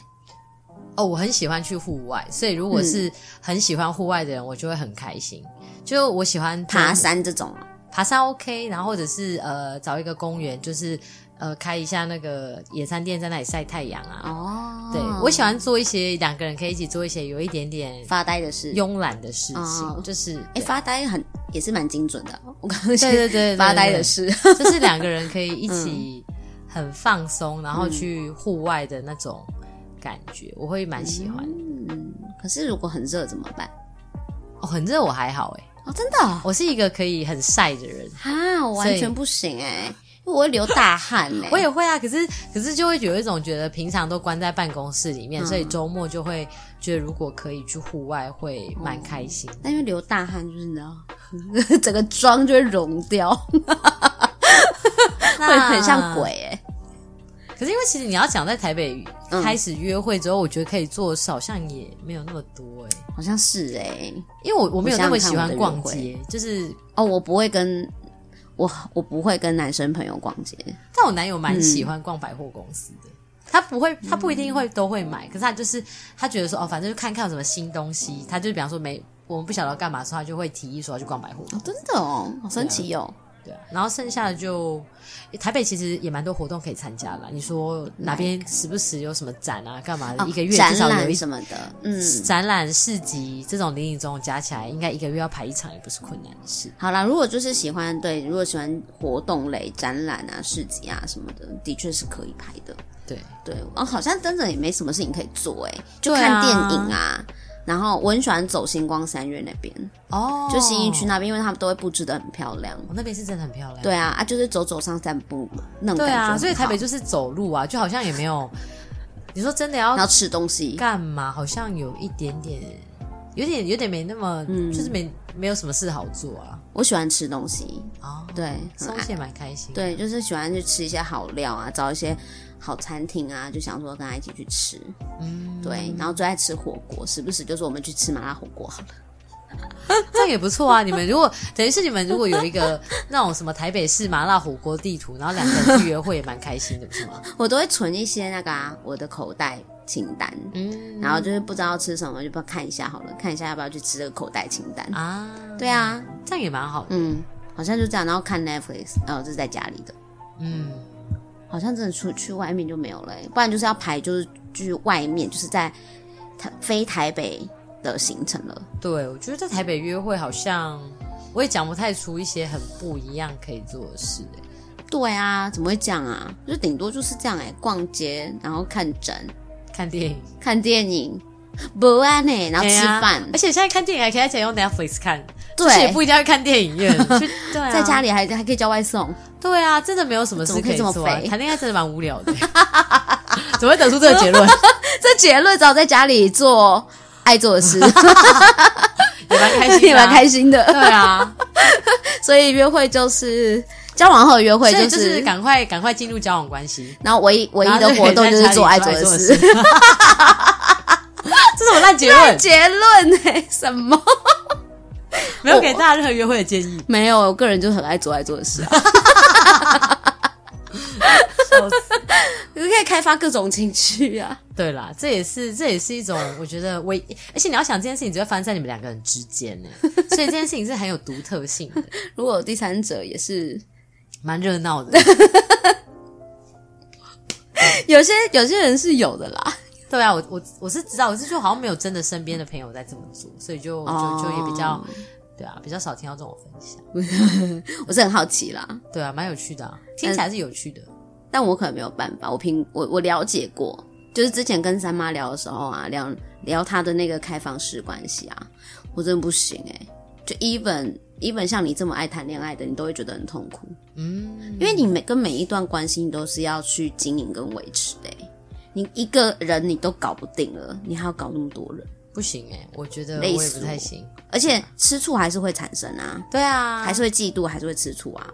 B: 哦，我很喜欢去户外，所以如果
A: 嗯
B: 是很喜欢户外的人，我就会很开心。就我喜欢
A: 爬
B: 山。
A: 山这种，啊
B: 爬山 OK，然后或者是呃找一个公园，就是呃开一下那个野餐垫，在那里晒太阳啊。
A: 哦
B: 对我喜欢做一些两个人可以一起做一些有一点点
A: 发呆的事。
B: 慵懒的事情，
A: 哦
B: 就是
A: 哎，
B: 对
A: 发呆很也是蛮精准的。啊我刚刚
B: 对对对对
A: 发呆
B: 对
A: 的事，
B: 就是两个人可以一起很放松，然后去户外的那种感觉，我会蛮喜欢。
A: 嗯，可是如果很热怎么办？
B: 哦，很热我还好诶、
A: 哦，真的哦
B: 我是一个可以很晒的人。
A: 啊，我完
B: 所以
A: 全不行哎、因为我会流大汗哎、
B: 我也会啊，可是可是就会有一种觉得平常都关在办公室里
A: 嗯
B: 面，所以周末就会觉得如果可以去户外会蛮开心。
A: 但因为流大汗就是你知道， 整个妆就会融掉，
B: 那
A: 会很像鬼。哎、
B: 可是因为其实你要讲在台北
A: 嗯
B: 开始约会之后，我觉得可以做的事好像也没有那么多哎、
A: 好像是哎、
B: 因为我我没有那么喜欢逛
A: 我想想
B: 街，就是
A: 哦，我不会跟我我不会跟男生朋友逛街，
B: 但我男友蛮喜欢逛百货公司的。他不会，他不一定会都会
A: 嗯
B: 买，可是他就是他觉得说哦，反正就看看有什么新东西，他就比方说没我们不晓得要干嘛的时候，他就会提议说要去逛百货。
A: 真的哦，好神奇哦。
B: 对啊，然后剩下的就台北其实也蛮多活动可以参加啦。你说哪边时不时有什么展啊，干嘛的？
A: 哦
B: 一个月
A: 展
B: 至少有
A: 览
B: 一
A: 什么的，嗯，
B: 展览、市集这种零零总总加起来，应该一个月要排一场也不是困难的事。
A: 好啦，如果就是喜欢对，如果喜欢活动类、展览啊、市集啊什么的，的确是可以拍的。
B: 对，
A: 对，哦，好像真的也没什么事情可以做、哎，就
B: 对啊
A: 看电影啊。然后我很喜欢走星光三月那边，
B: 哦，
A: 就新义区那边，因为他们都会布置的很漂亮。
B: 哦，那边是真的很漂亮。
A: 对啊，啊，就是走走上散步嘛，那种感
B: 对
A: 觉很好。
B: 啊，所以台北就是走路啊，就好像也没有，你说真的
A: 然后
B: 要
A: 吃东西，
B: 干嘛？好像有一点点，有点有点没那么，
A: 嗯
B: 就是没没有什么事好做啊。
A: 我喜欢吃东西，
B: 哦，
A: 对，很
B: 松
A: 爱。
B: 懈蛮开心。，
A: 对，就是喜欢去吃一些好料啊，找一些好餐厅啊，就想说跟他一起去吃。嗯，对，然后最爱吃火锅，时不时就说我们去吃麻辣火锅好了。
B: 这样也不错啊！你们如果等于是你们如果有 一个那种什么台北市麻辣火锅地图，然后两个人去约会也蛮开心的，不是 吗？
A: 我都会存一些那个、啊、我的口袋清单，
B: 嗯
A: 然后就是不知道吃什么，就不看一下好了，看一下要不要去吃这个口袋清单。
B: 啊，
A: 对啊，
B: 这样也蛮好的。
A: 嗯，好像就这样，然后看 Netflix，哦，这是在家里的，
B: 嗯，
A: 好像真的出去外面就没有了欸、不然就是要排就是去外面，就是在台非台北的行程了。
B: 对，我觉得在台北约会好像我也讲不太出一些很不一样可以做的事、欸。
A: 对啊，怎么会这样啊？欸就顶多就是这样哎、逛街，然后看展、
B: 看电影，
A: 看电影，不安呢、然后
B: 哎
A: 吃
B: 呀
A: 饭，
B: 而且现在看电影还可以在家用 Netflix 看，
A: 对啊
B: 之前也不一定要看电影院，去对啊
A: 在家里还还可以叫外送，
B: 对啊，真的没有什么
A: 怎
B: 事
A: 么可以
B: 以
A: 这么
B: 做啊、
A: 肥
B: 谈恋爱真的蛮无聊的， 怎么会得出这个 结论？
A: 这结论只好在家里做爱做 的事，
B: 也蛮开心的、啊，
A: 也蛮开心的。
B: 对啊，
A: 所以约会就是交往后的约会
B: 所以
A: 就
B: 就是赶快赶快进入交往关系。
A: 然后唯一唯一
B: 然
A: 的
B: 后
A: 活动
B: 可以
A: 就是
B: 在家
A: 做
B: 里做
A: 爱做的
B: 的
A: 事。
B: 事，这什么烂结论？
A: 结论哎、什么？
B: 没有给大家任何约会的建议，
A: 没有，我个人就很爱做爱做的事啊。
B: 笑死。
A: 你 可以开发各种情趣啊。
B: 对啦，这也是这也是一种我觉得唯，而且你要想这件事情只会发生在你们两个人之间呢，欸所以这件事情是很有独特性的，
A: 如果有第三者也是，
B: 蛮热闹的。
A: 有些有些人是有的啦。
B: 对啊，我我我是知道，我是就好像没有真的身边的朋友在这么做，所以就就就也比较、
A: 哦
B: 对啊，比较少听到这种分享。
A: 我是很好奇啦，
B: 对啊，蛮有趣的、啊，听起来是有趣的。
A: 但我可能没有办法。我评我我了解过，就是之前跟三妈聊的时候啊，聊聊她的那个开放式关系啊，我真的不行哎、就 even even 像你这么爱谈恋爱的，你都会觉得很痛苦。
B: 嗯，
A: 因为你每跟每一段关系，你都是要去经营跟维持的欸、你一个人你都搞不定了，你还要搞那么多人，
B: 不行哎、我觉得我
A: 累
B: 也
A: 死
B: 不太
A: 我
B: 行。
A: 而且吃醋还是会产生啊，
B: 对啊，
A: 还是会嫉妒，还是会吃醋啊，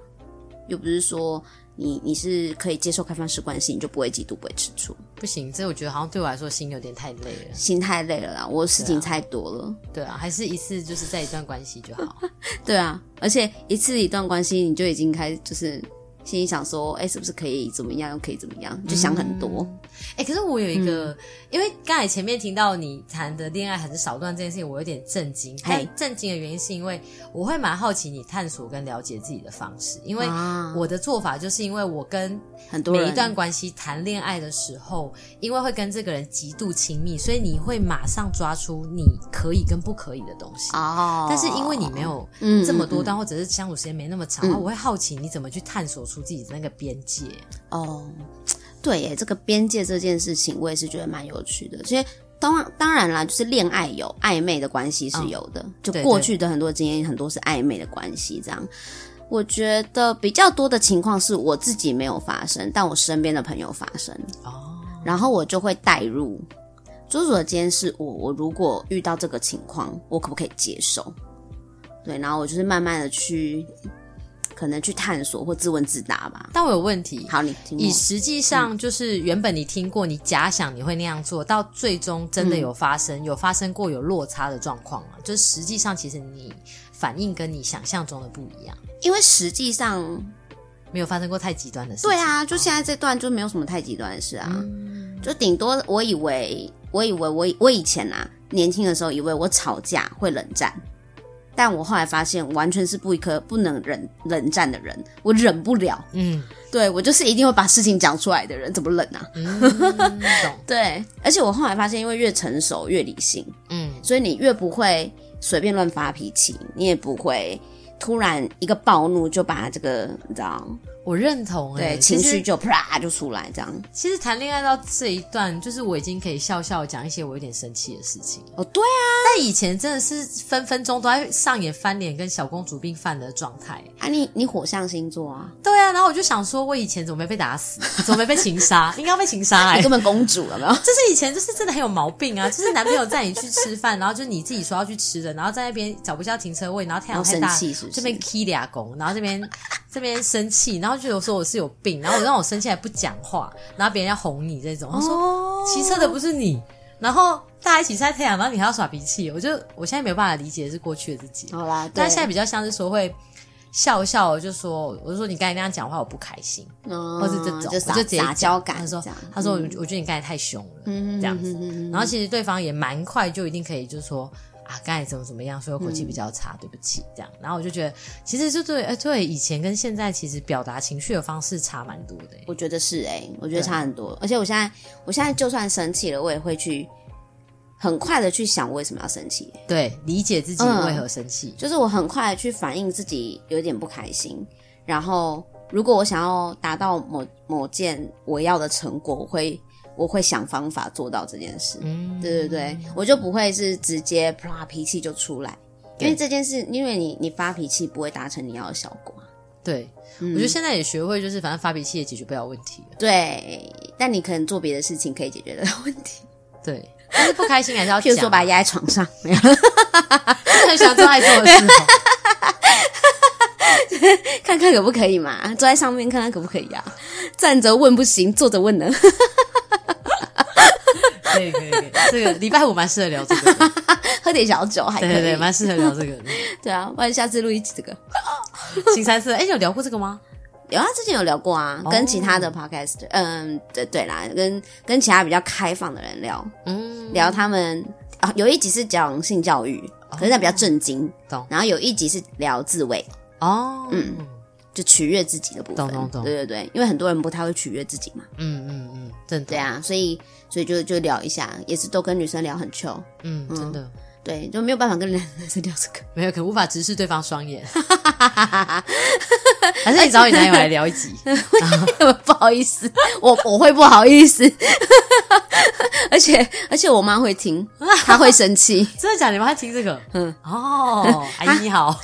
A: 又不是说你你是可以接受开放式关系，你就不会嫉妒，不会吃醋，
B: 不行，这我觉得好像对我来说心有点太累了。
A: 心太累了啦，我事
B: 啊
A: 情太多了，
B: 对啊，还是一次就是在一段关系就好。
A: 对啊，而且一次一段关系你就已经开始就是心里想说，哎、是不是可以怎么样，又可以怎么样，就想很多，
B: 哎、可是我有一个，因为刚才前面听到你谈的恋爱很少段这件事情，我有点震惊。
A: 嘿
B: 但震惊的原因是因为我会蛮好奇你探索跟了解自己的方式，因为
A: 啊
B: 我的做法就是因为我跟
A: 很多人
B: 嗯每一段关系谈恋爱的时候，因为会跟这个人极度亲密，所以你会马上抓出你可以跟不可以的东西。
A: 哦，
B: 但是因为你没有
A: 嗯
B: 这么多
A: 嗯嗯
B: 段，或者是相处时间没那么长，我会好奇你怎么去探索出自己的那个边界。
A: 哦，对耶，这个边界这件事情，我也是觉得蛮有趣的。其实当然当然啦，就是恋爱有暧昧的关系是有的，就
B: 嗯对
A: 过
B: 对
A: 去的很多经验，很多是暧昧的关系这样。我觉得比较多的情况是我自己没有发生，但我身边的朋友发生，
B: 哦，
A: 然后我就会带入。如果今天是我，我如果遇到这个情况，我可不可以接受？对，然后我就是慢慢的去，可能去探索或自问自答吧。
B: 但我有问题。
A: 好，你嗯听我
B: 以实际上就是原本你听过，你假想你会那样做，到最终真
A: 嗯
B: 的有发生，有发生过有落差的状况吗？就是实际上其实你反应跟你想象中的不一样，
A: 因为实际上，
B: 没有发生过太极端的事情。
A: 对啊，就现在这段就没有什么太极端的事啊，就顶多我以为，我以为我以我以前啊年轻的时候以为我吵架会冷战，但我后来发现完全是不一颗不能忍冷战的人，我忍不了，
B: 嗯，
A: 对我就是一定会把事情讲出来的人，怎么冷啊？
B: 嗯，懂，
A: 对，而且我后来发现，因为越成熟越理性，
B: 嗯，
A: 所以你越不会随便乱发脾气，你也不会。突然一个暴怒就把这个你知道，
B: 我认同、欸，
A: 对情
B: 其实
A: 绪就啪就出来这样。
B: 其实谈恋爱到这一段，就是我已经可以笑笑地讲一些我有点生气的事情。
A: 哦，对啊，
B: 但以前真的是分分钟都在上演翻脸跟小公主病犯的状态。
A: 啊你你火象星座啊，
B: 对啊，然后我就想说，我以前怎么没被打死，怎么没被情杀？应该要被情杀哎、
A: 你根本公主有没有？
B: 就是以前就是真的很有毛病啊，就是男朋友带你去吃饭，然后就是你自己说要去吃的，然后在那边找不下停车位，然后太阳太
A: 然后
B: 大，
A: 生气是不是
B: 这边 k 俩公，然后这边这边生气，然后就有说我是有病，然后我让我生气还不讲话，然后别人要哄你这种，他说
A: 哦，
B: 骑车的不是你，然后大家一起晒太阳，然后你还要耍脾气，我就我现在没有办法理解是过去的自己，
A: 好啦，
B: 但
A: 对，
B: 现在比较像是说会笑笑，我就说我就说你刚才那样讲话我不开心，
A: 嗯
B: 或是这种，
A: 就
B: 我
A: 撒
B: 就直接
A: 撒娇感，
B: 他说
A: 这样
B: 他说我我觉得你刚才太凶了，
A: 嗯
B: 这样
A: 嗯
B: 子
A: 嗯嗯嗯
B: 然后其实对方也蛮快就一定可以就说啊刚才怎么怎么样，所以我口气
A: 嗯
B: 比较差，对不起这样，然后我就觉得其实就对哎对以前跟现在其实表达情绪的方式差蛮多的、欸
A: 我觉得是哎、我觉得差很多，而且我现在我现在就算生气了，我也会去很快的去想为什么要生气、
B: 对，欸理解自己
A: 嗯
B: 为何生气，
A: 就是我很快的去反映自己有点不开心，然后如果我想要达到某某件我要的成果，我会我会想方法做到这件事。
B: 嗯，
A: 对对对，我就不会是直接啪脾气就出来，因为
B: 对
A: 这件事，因为你你发脾气不会达成你要的效果啊。
B: 对，
A: 嗯
B: 我觉得现在也学会，就是反正发脾气也解决不了问题了。
A: 对，但你可能做别的事情可以解决的问 题，
B: 对，但是不开心还是要
A: 譬如说
B: 讲
A: 把它压在床上， 没有
B: 真的 很想做爱做的事哦。
A: 看看可不可以嘛？坐在上面看看可不可以啊？站着问不行，坐着问呢？
B: 可以可以可以，这个礼拜五蛮适合聊这个的，
A: 喝点小酒还可
B: 对
A: 以。
B: 对对，蛮适合聊这个的。
A: 对啊，不然下次录一集这个。
B: 新三色，哎，你有聊过这个吗？
A: 有啊，之前有聊过啊，
B: 哦
A: 跟其他的 podcast，嗯，对对啦，跟跟其他比较开放的人聊
B: 嗯，
A: 聊他们啊，有一集是讲性教育，可是那比较震惊，
B: 懂
A: 然后有一集是聊自慰，
B: 哦，
A: 嗯
B: 嗯
A: 就取悦自己的部分，
B: 懂懂懂
A: 对对对，因为很多人不太会取悦自己嘛，
B: 嗯嗯嗯，真的，
A: 对啊，所以所以就就聊一下，也是都跟女生聊很 chill，
B: 嗯，真的
A: 对，就没有办法跟男生聊这个，
B: 没有，可能无法直视对方双眼， 还是你找你男友来聊一集？
A: 不好意思，我我会不好意思， 而且而且我妈会 听，她会生气。
B: 真的假的？你们还听这个？嗯，哦，阿姨你好，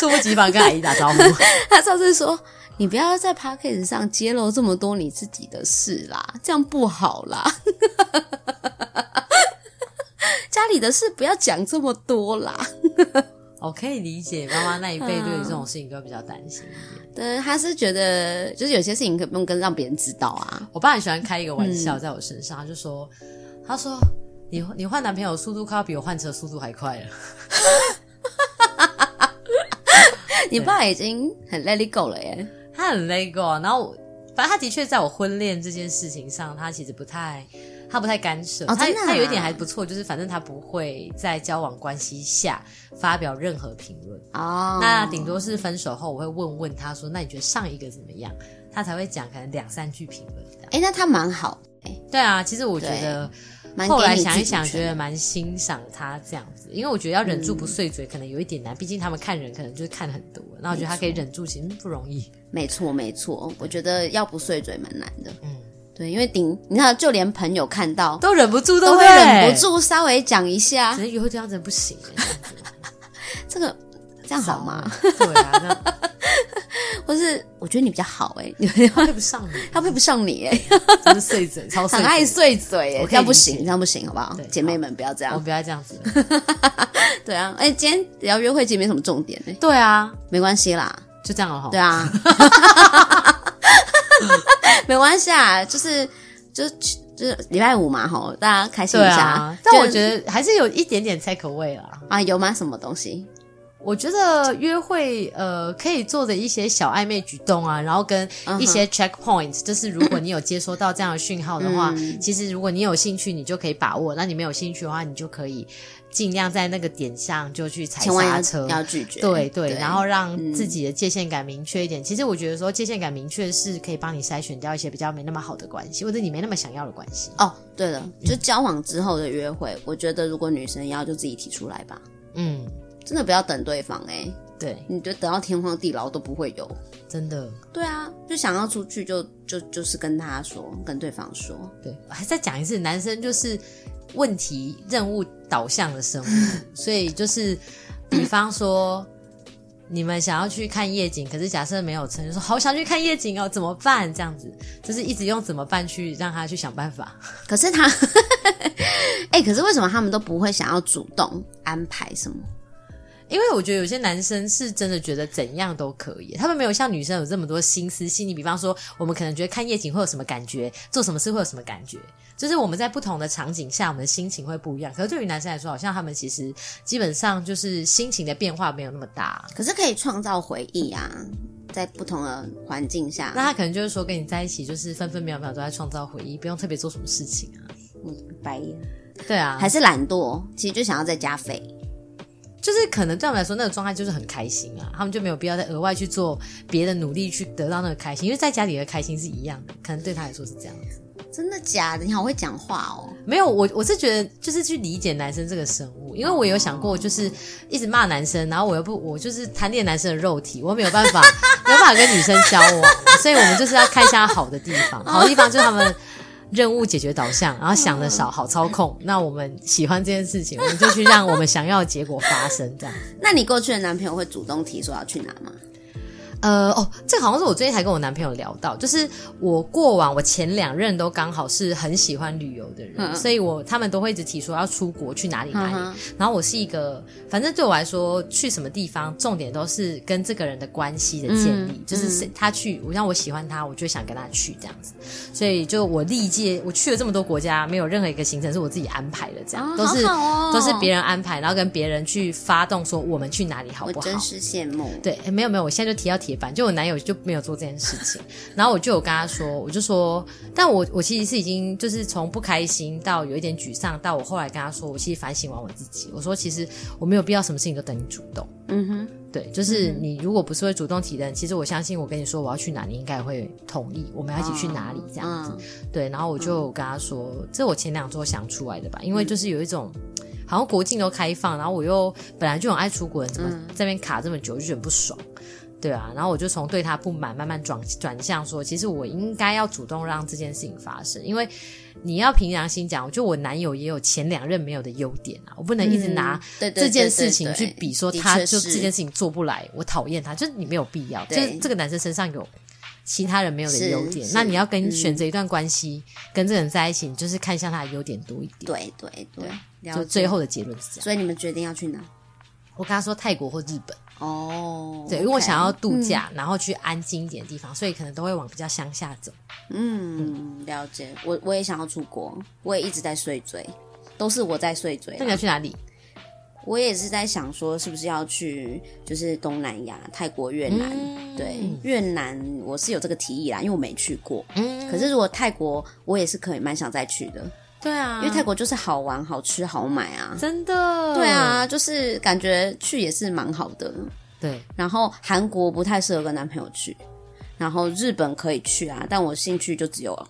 B: 猝不及防跟阿姨打招 呼，
A: 他上次说：“你不要在 p a c k a g e 上揭露这么多你自己的事啦，这样不好啦。 家里的事不要讲这么多啦。
B: 我可以理解妈妈那一辈对于这种事情都会比较担心一点。”
A: 对，他是觉得就是有些事情可不用跟让别人知道啊。
B: 我爸很喜欢开一个玩
A: 嗯
B: 笑在我身上，他就说，他说你你换男朋友速度快要比我换车速度还快了。
A: 你爸已经很 let it go 了耶。
B: 他很 lego 啊，然后我反正他的确在我婚恋这件事情上，他其实不太，他不太干涉，
A: 哦
B: 他
A: 真的啊
B: 他有一点还不错，就是反正他不会在交往关系下发表任何评论，
A: 哦，
B: 那顶多是分手后我会问问他说，那你觉得上一个怎么样？他才会讲可能两三句评论这样。
A: 哎、那他蛮好，
B: 对啊，其实我觉得
A: 蛮
B: 后
A: 给
B: 来
A: 你
B: 想
A: 自
B: 一想，
A: 主权嗯
B: 觉得蛮欣赏他这样子，因为我觉得要忍住不碎嘴可能有一点难，毕竟他们看人可能就是看很多，那我觉得他可以忍住，其实不容易。
A: 没错没错。我觉得要不碎嘴蛮难的。
B: 嗯，
A: 对，因为顶你看，就连朋友看到
B: 都忍不住，
A: 都
B: 不
A: 会忍不住啊稍微讲一下
B: 只。是约会对象真的不行欸，
A: 这个这样好吗？
B: 对 啊，
A: 或是我觉得你比较好哎、
B: 那啊配不上你，
A: 他配不上你 哎、
B: 真的碎嘴，超碎
A: 很爱碎
B: 嘴。
A: 嘴哎、
B: 我可以
A: 这样不
B: 理
A: 行，
B: 解
A: 这样不行，好不好
B: 对？
A: 姐妹们不要这
B: 我们
A: 样。
B: 不要这样子。
A: 对啊，哎、今天聊约会其实没什么重点哎、
B: 对啊，
A: 没关系啦，
B: 就这样了哈。
A: 对啊， 没关系啊，就是就是就是礼拜五嘛吼，大家开心
B: 对
A: 一下。
B: 啊，但我
A: 得
B: 觉得还是有一点点 take away 啦。
A: 啊，有吗？什么东西？
B: 我觉得约会呃可以做的一些小暧昧举动啊，然后跟
A: 嗯
B: 一些 checkpoint，、就是如果你有接收到这样的讯号的话，
A: 嗯
B: 其实如果你有兴趣，你就可以把握；那你没有兴趣的话，你就可以尽量在那个点上就去踩
A: 千万
B: 刹
A: 要
B: 车。
A: 要嗯拒绝。
B: 对对，然后让自己的界限感明确一点。其实我觉得说界限感明确是可以帮你筛选掉一些比较没那么好的关系，或者你没那么想要的关系。
A: 哦，对了，
B: 嗯
A: 就交往之后的约会，我觉得如果女生要，就自己提出来吧，
B: 嗯，
A: 真的不要等对方哎、
B: 对，
A: 你就等到天荒地老都不会有。
B: 真的
A: 对啊，就想要出去就就就是跟他说，跟对方说，
B: 对。还再讲一次，男生就是问题任务导向的生物，所以就是比方说。你们想要去看夜景，可是假设没有成，就说好想去看夜景哦，怎么办？这样子就是一直用怎么办去让他去想办法。
A: 可是他，哎、可是为什么他们都不会想要主动安排什么？
B: 因为我觉得有些男生是真的觉得怎样都可以，他们没有像女生有这么多心思细腻。比方说，我们可能觉得看夜景会有什么感觉，做什么事会有什么感觉，就是我们在不同的场景下，我们的心情会不一样。可是对于男生来说，好像他们其实基本上就是心情的变化没有那么大。
A: 可是可以创造回忆啊，在不同的环境下，
B: 那他可能就是说，跟你在一起就是分分秒秒都在创造回忆，不用特别做什么事情啊。
A: 白眼
B: 对啊，
A: 嗯还是懒惰，其实就想要在家飞。
B: 就是可能对他们来说，那个状态就是很开心啊，他们就没有必要再额外去做别的努力去得到那个开心，因为在家里的开心是一样的，可能对他来说是这样子。
A: 真的假的？你好会讲话哦！
B: 没有，我我是觉得就是去理解男生这个生物，因为我有想过，就是一直骂男生，然后我又不，我就是贪恋男生的肉体，我没有办法， 没有办法跟女生交往，所以我们就是要看一下好的地方，好的地方就是他们任务解决导向，然后想的少，好操控。那我们喜欢这件事情，我们就去让我们想要的结果发生，这样。
A: 那你过去的男朋友会主动提说要去哪吗？
B: 呃，哦，这好像是我最近才跟我男朋友聊到，就是我过往我前两任都刚好是很喜欢旅游的人，
A: 嗯
B: 所以我他们都会一直提说要出国去哪里哪里。
A: 嗯哼
B: 然后我是一个，反正对我来说去什么地方，重点都是跟这个人的关系的建立，
A: 嗯
B: 就是是他去，我让我喜欢他，我就想跟他去这样子。所以就我历届我去了这么多国家，没有任何一个行程是我自己安排的，这样、
A: 啊
B: 都是、
A: 好好哦
B: 都是别人安排，然后跟别人去发动说我们去哪里好
A: 我
B: 不好？
A: 真是羡慕。
B: 对，诶没有没有，我现在就提到铁板，就我男友就没有做这件事情，然后我就有跟他说，我就说，但我我其实是已经就是从不开心到有一点沮丧，到我后来跟他说，我其实反省完我自己，我说其实我没有必要什么事情都等你主动，
A: 嗯哼，
B: 对，就是你如果不是会主动提的人，其实我相信我跟你说我要去哪，你应该会同意，我们要一起去哪里这样子，
A: 嗯嗯
B: 对，然后我就跟他说，这我前两周想出来的吧，因为就是有一种。好像国境都开放，然后我又本来就很爱出国的人，
A: 嗯
B: 怎么这边卡这么久，就觉得很不爽，对啊。然后我就从对他不满慢慢转转向说，其实我应该要主动让这件事情发生，因为你要凭良心讲，我觉得我男友也有前两任没有的优点啊，我不能一直拿
A: 嗯对对
B: 这
A: 对对
B: 件事情去
A: 对
B: 比说
A: 的
B: 他
A: 确
B: 就是这件事情做不来，我讨厌他，就是你没有必要，就
A: 对
B: 是这个男生身上有其他人没有的
A: 是
B: 优点，
A: 是
B: 那你要跟
A: 嗯
B: 选择一段关系、跟这个人在一起，你就是看向他的优点多一点。
A: 对对对，了
B: 就
A: 解
B: 最，后的结论是这样。
A: 所以你们决定要去哪？
B: 我跟他说泰国或日本，
A: 哦，
B: 对，因为我想要度假，然后去安静一点的地方，所以可能都会往比较乡下走。
A: 嗯，了解。我我也想要出国，我也一直在碎嘴，都是我在碎嘴
B: 那你要
A: 啦。
B: 去哪里？
A: 我也是在想说，是不是要去就是东南亚，泰国、越南？
B: 嗯
A: 对，越南我是有这个提议啦，因为我没去过。
B: 嗯，
A: 可是如果泰国，我也是可以蛮想再去的，
B: 对啊，
A: 因为泰国就是好玩、好吃、好买啊。
B: 真的
A: 对，啊，就是感觉去也是蛮好的。
B: 对，
A: 然后韩国不太适合跟男朋友去，然后日本可以去啊，但我兴趣就只有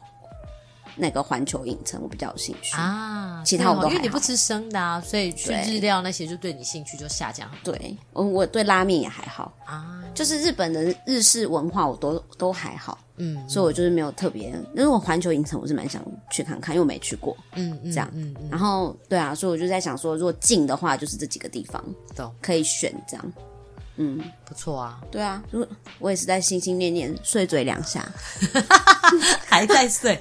A: 那个环球影城，我比较有兴趣。
B: 啊，
A: 其他我
B: 对哦
A: 都还
B: 因为你
A: 好
B: 不吃生的啊，所以去
A: 对
B: 日料那些就对你兴趣就下降很多
A: 对，我我对拉面也还好，
B: 啊。
A: 就是日本的日式文化我都都还好，
B: 嗯
A: 所以我就是没有特别。如果环球影城我是蛮想去看看，因为我没去过。
B: 嗯，这
A: 这样
B: 嗯嗯，
A: 然后对啊，所以我就在想说，如果近的话，就是这几个地方
B: 懂，
A: 可以选这样。嗯，
B: 不错 啊，
A: 对啊，如果我也是在心心念念碎嘴两下。
B: 还在睡。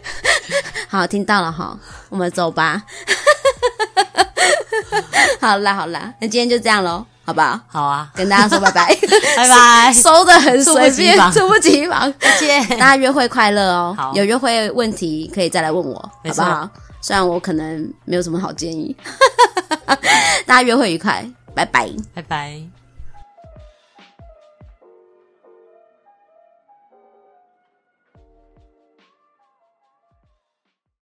A: 好，听到了哈，我们走吧。 好啦好啦，那今天就这样喽，好不好？
B: 好啊，
A: 跟大家说拜拜，
B: 拜 拜，
A: 收的很随便，
B: 猝
A: 猝不及防。
B: 再见
A: 大。家约会快乐哦！
B: 好
A: 有约会问题可以再来问我，
B: 没
A: 好不
B: 错
A: 好？虽然我可 能没有什么好建议，大家约会愉快，拜拜。
B: 拜拜。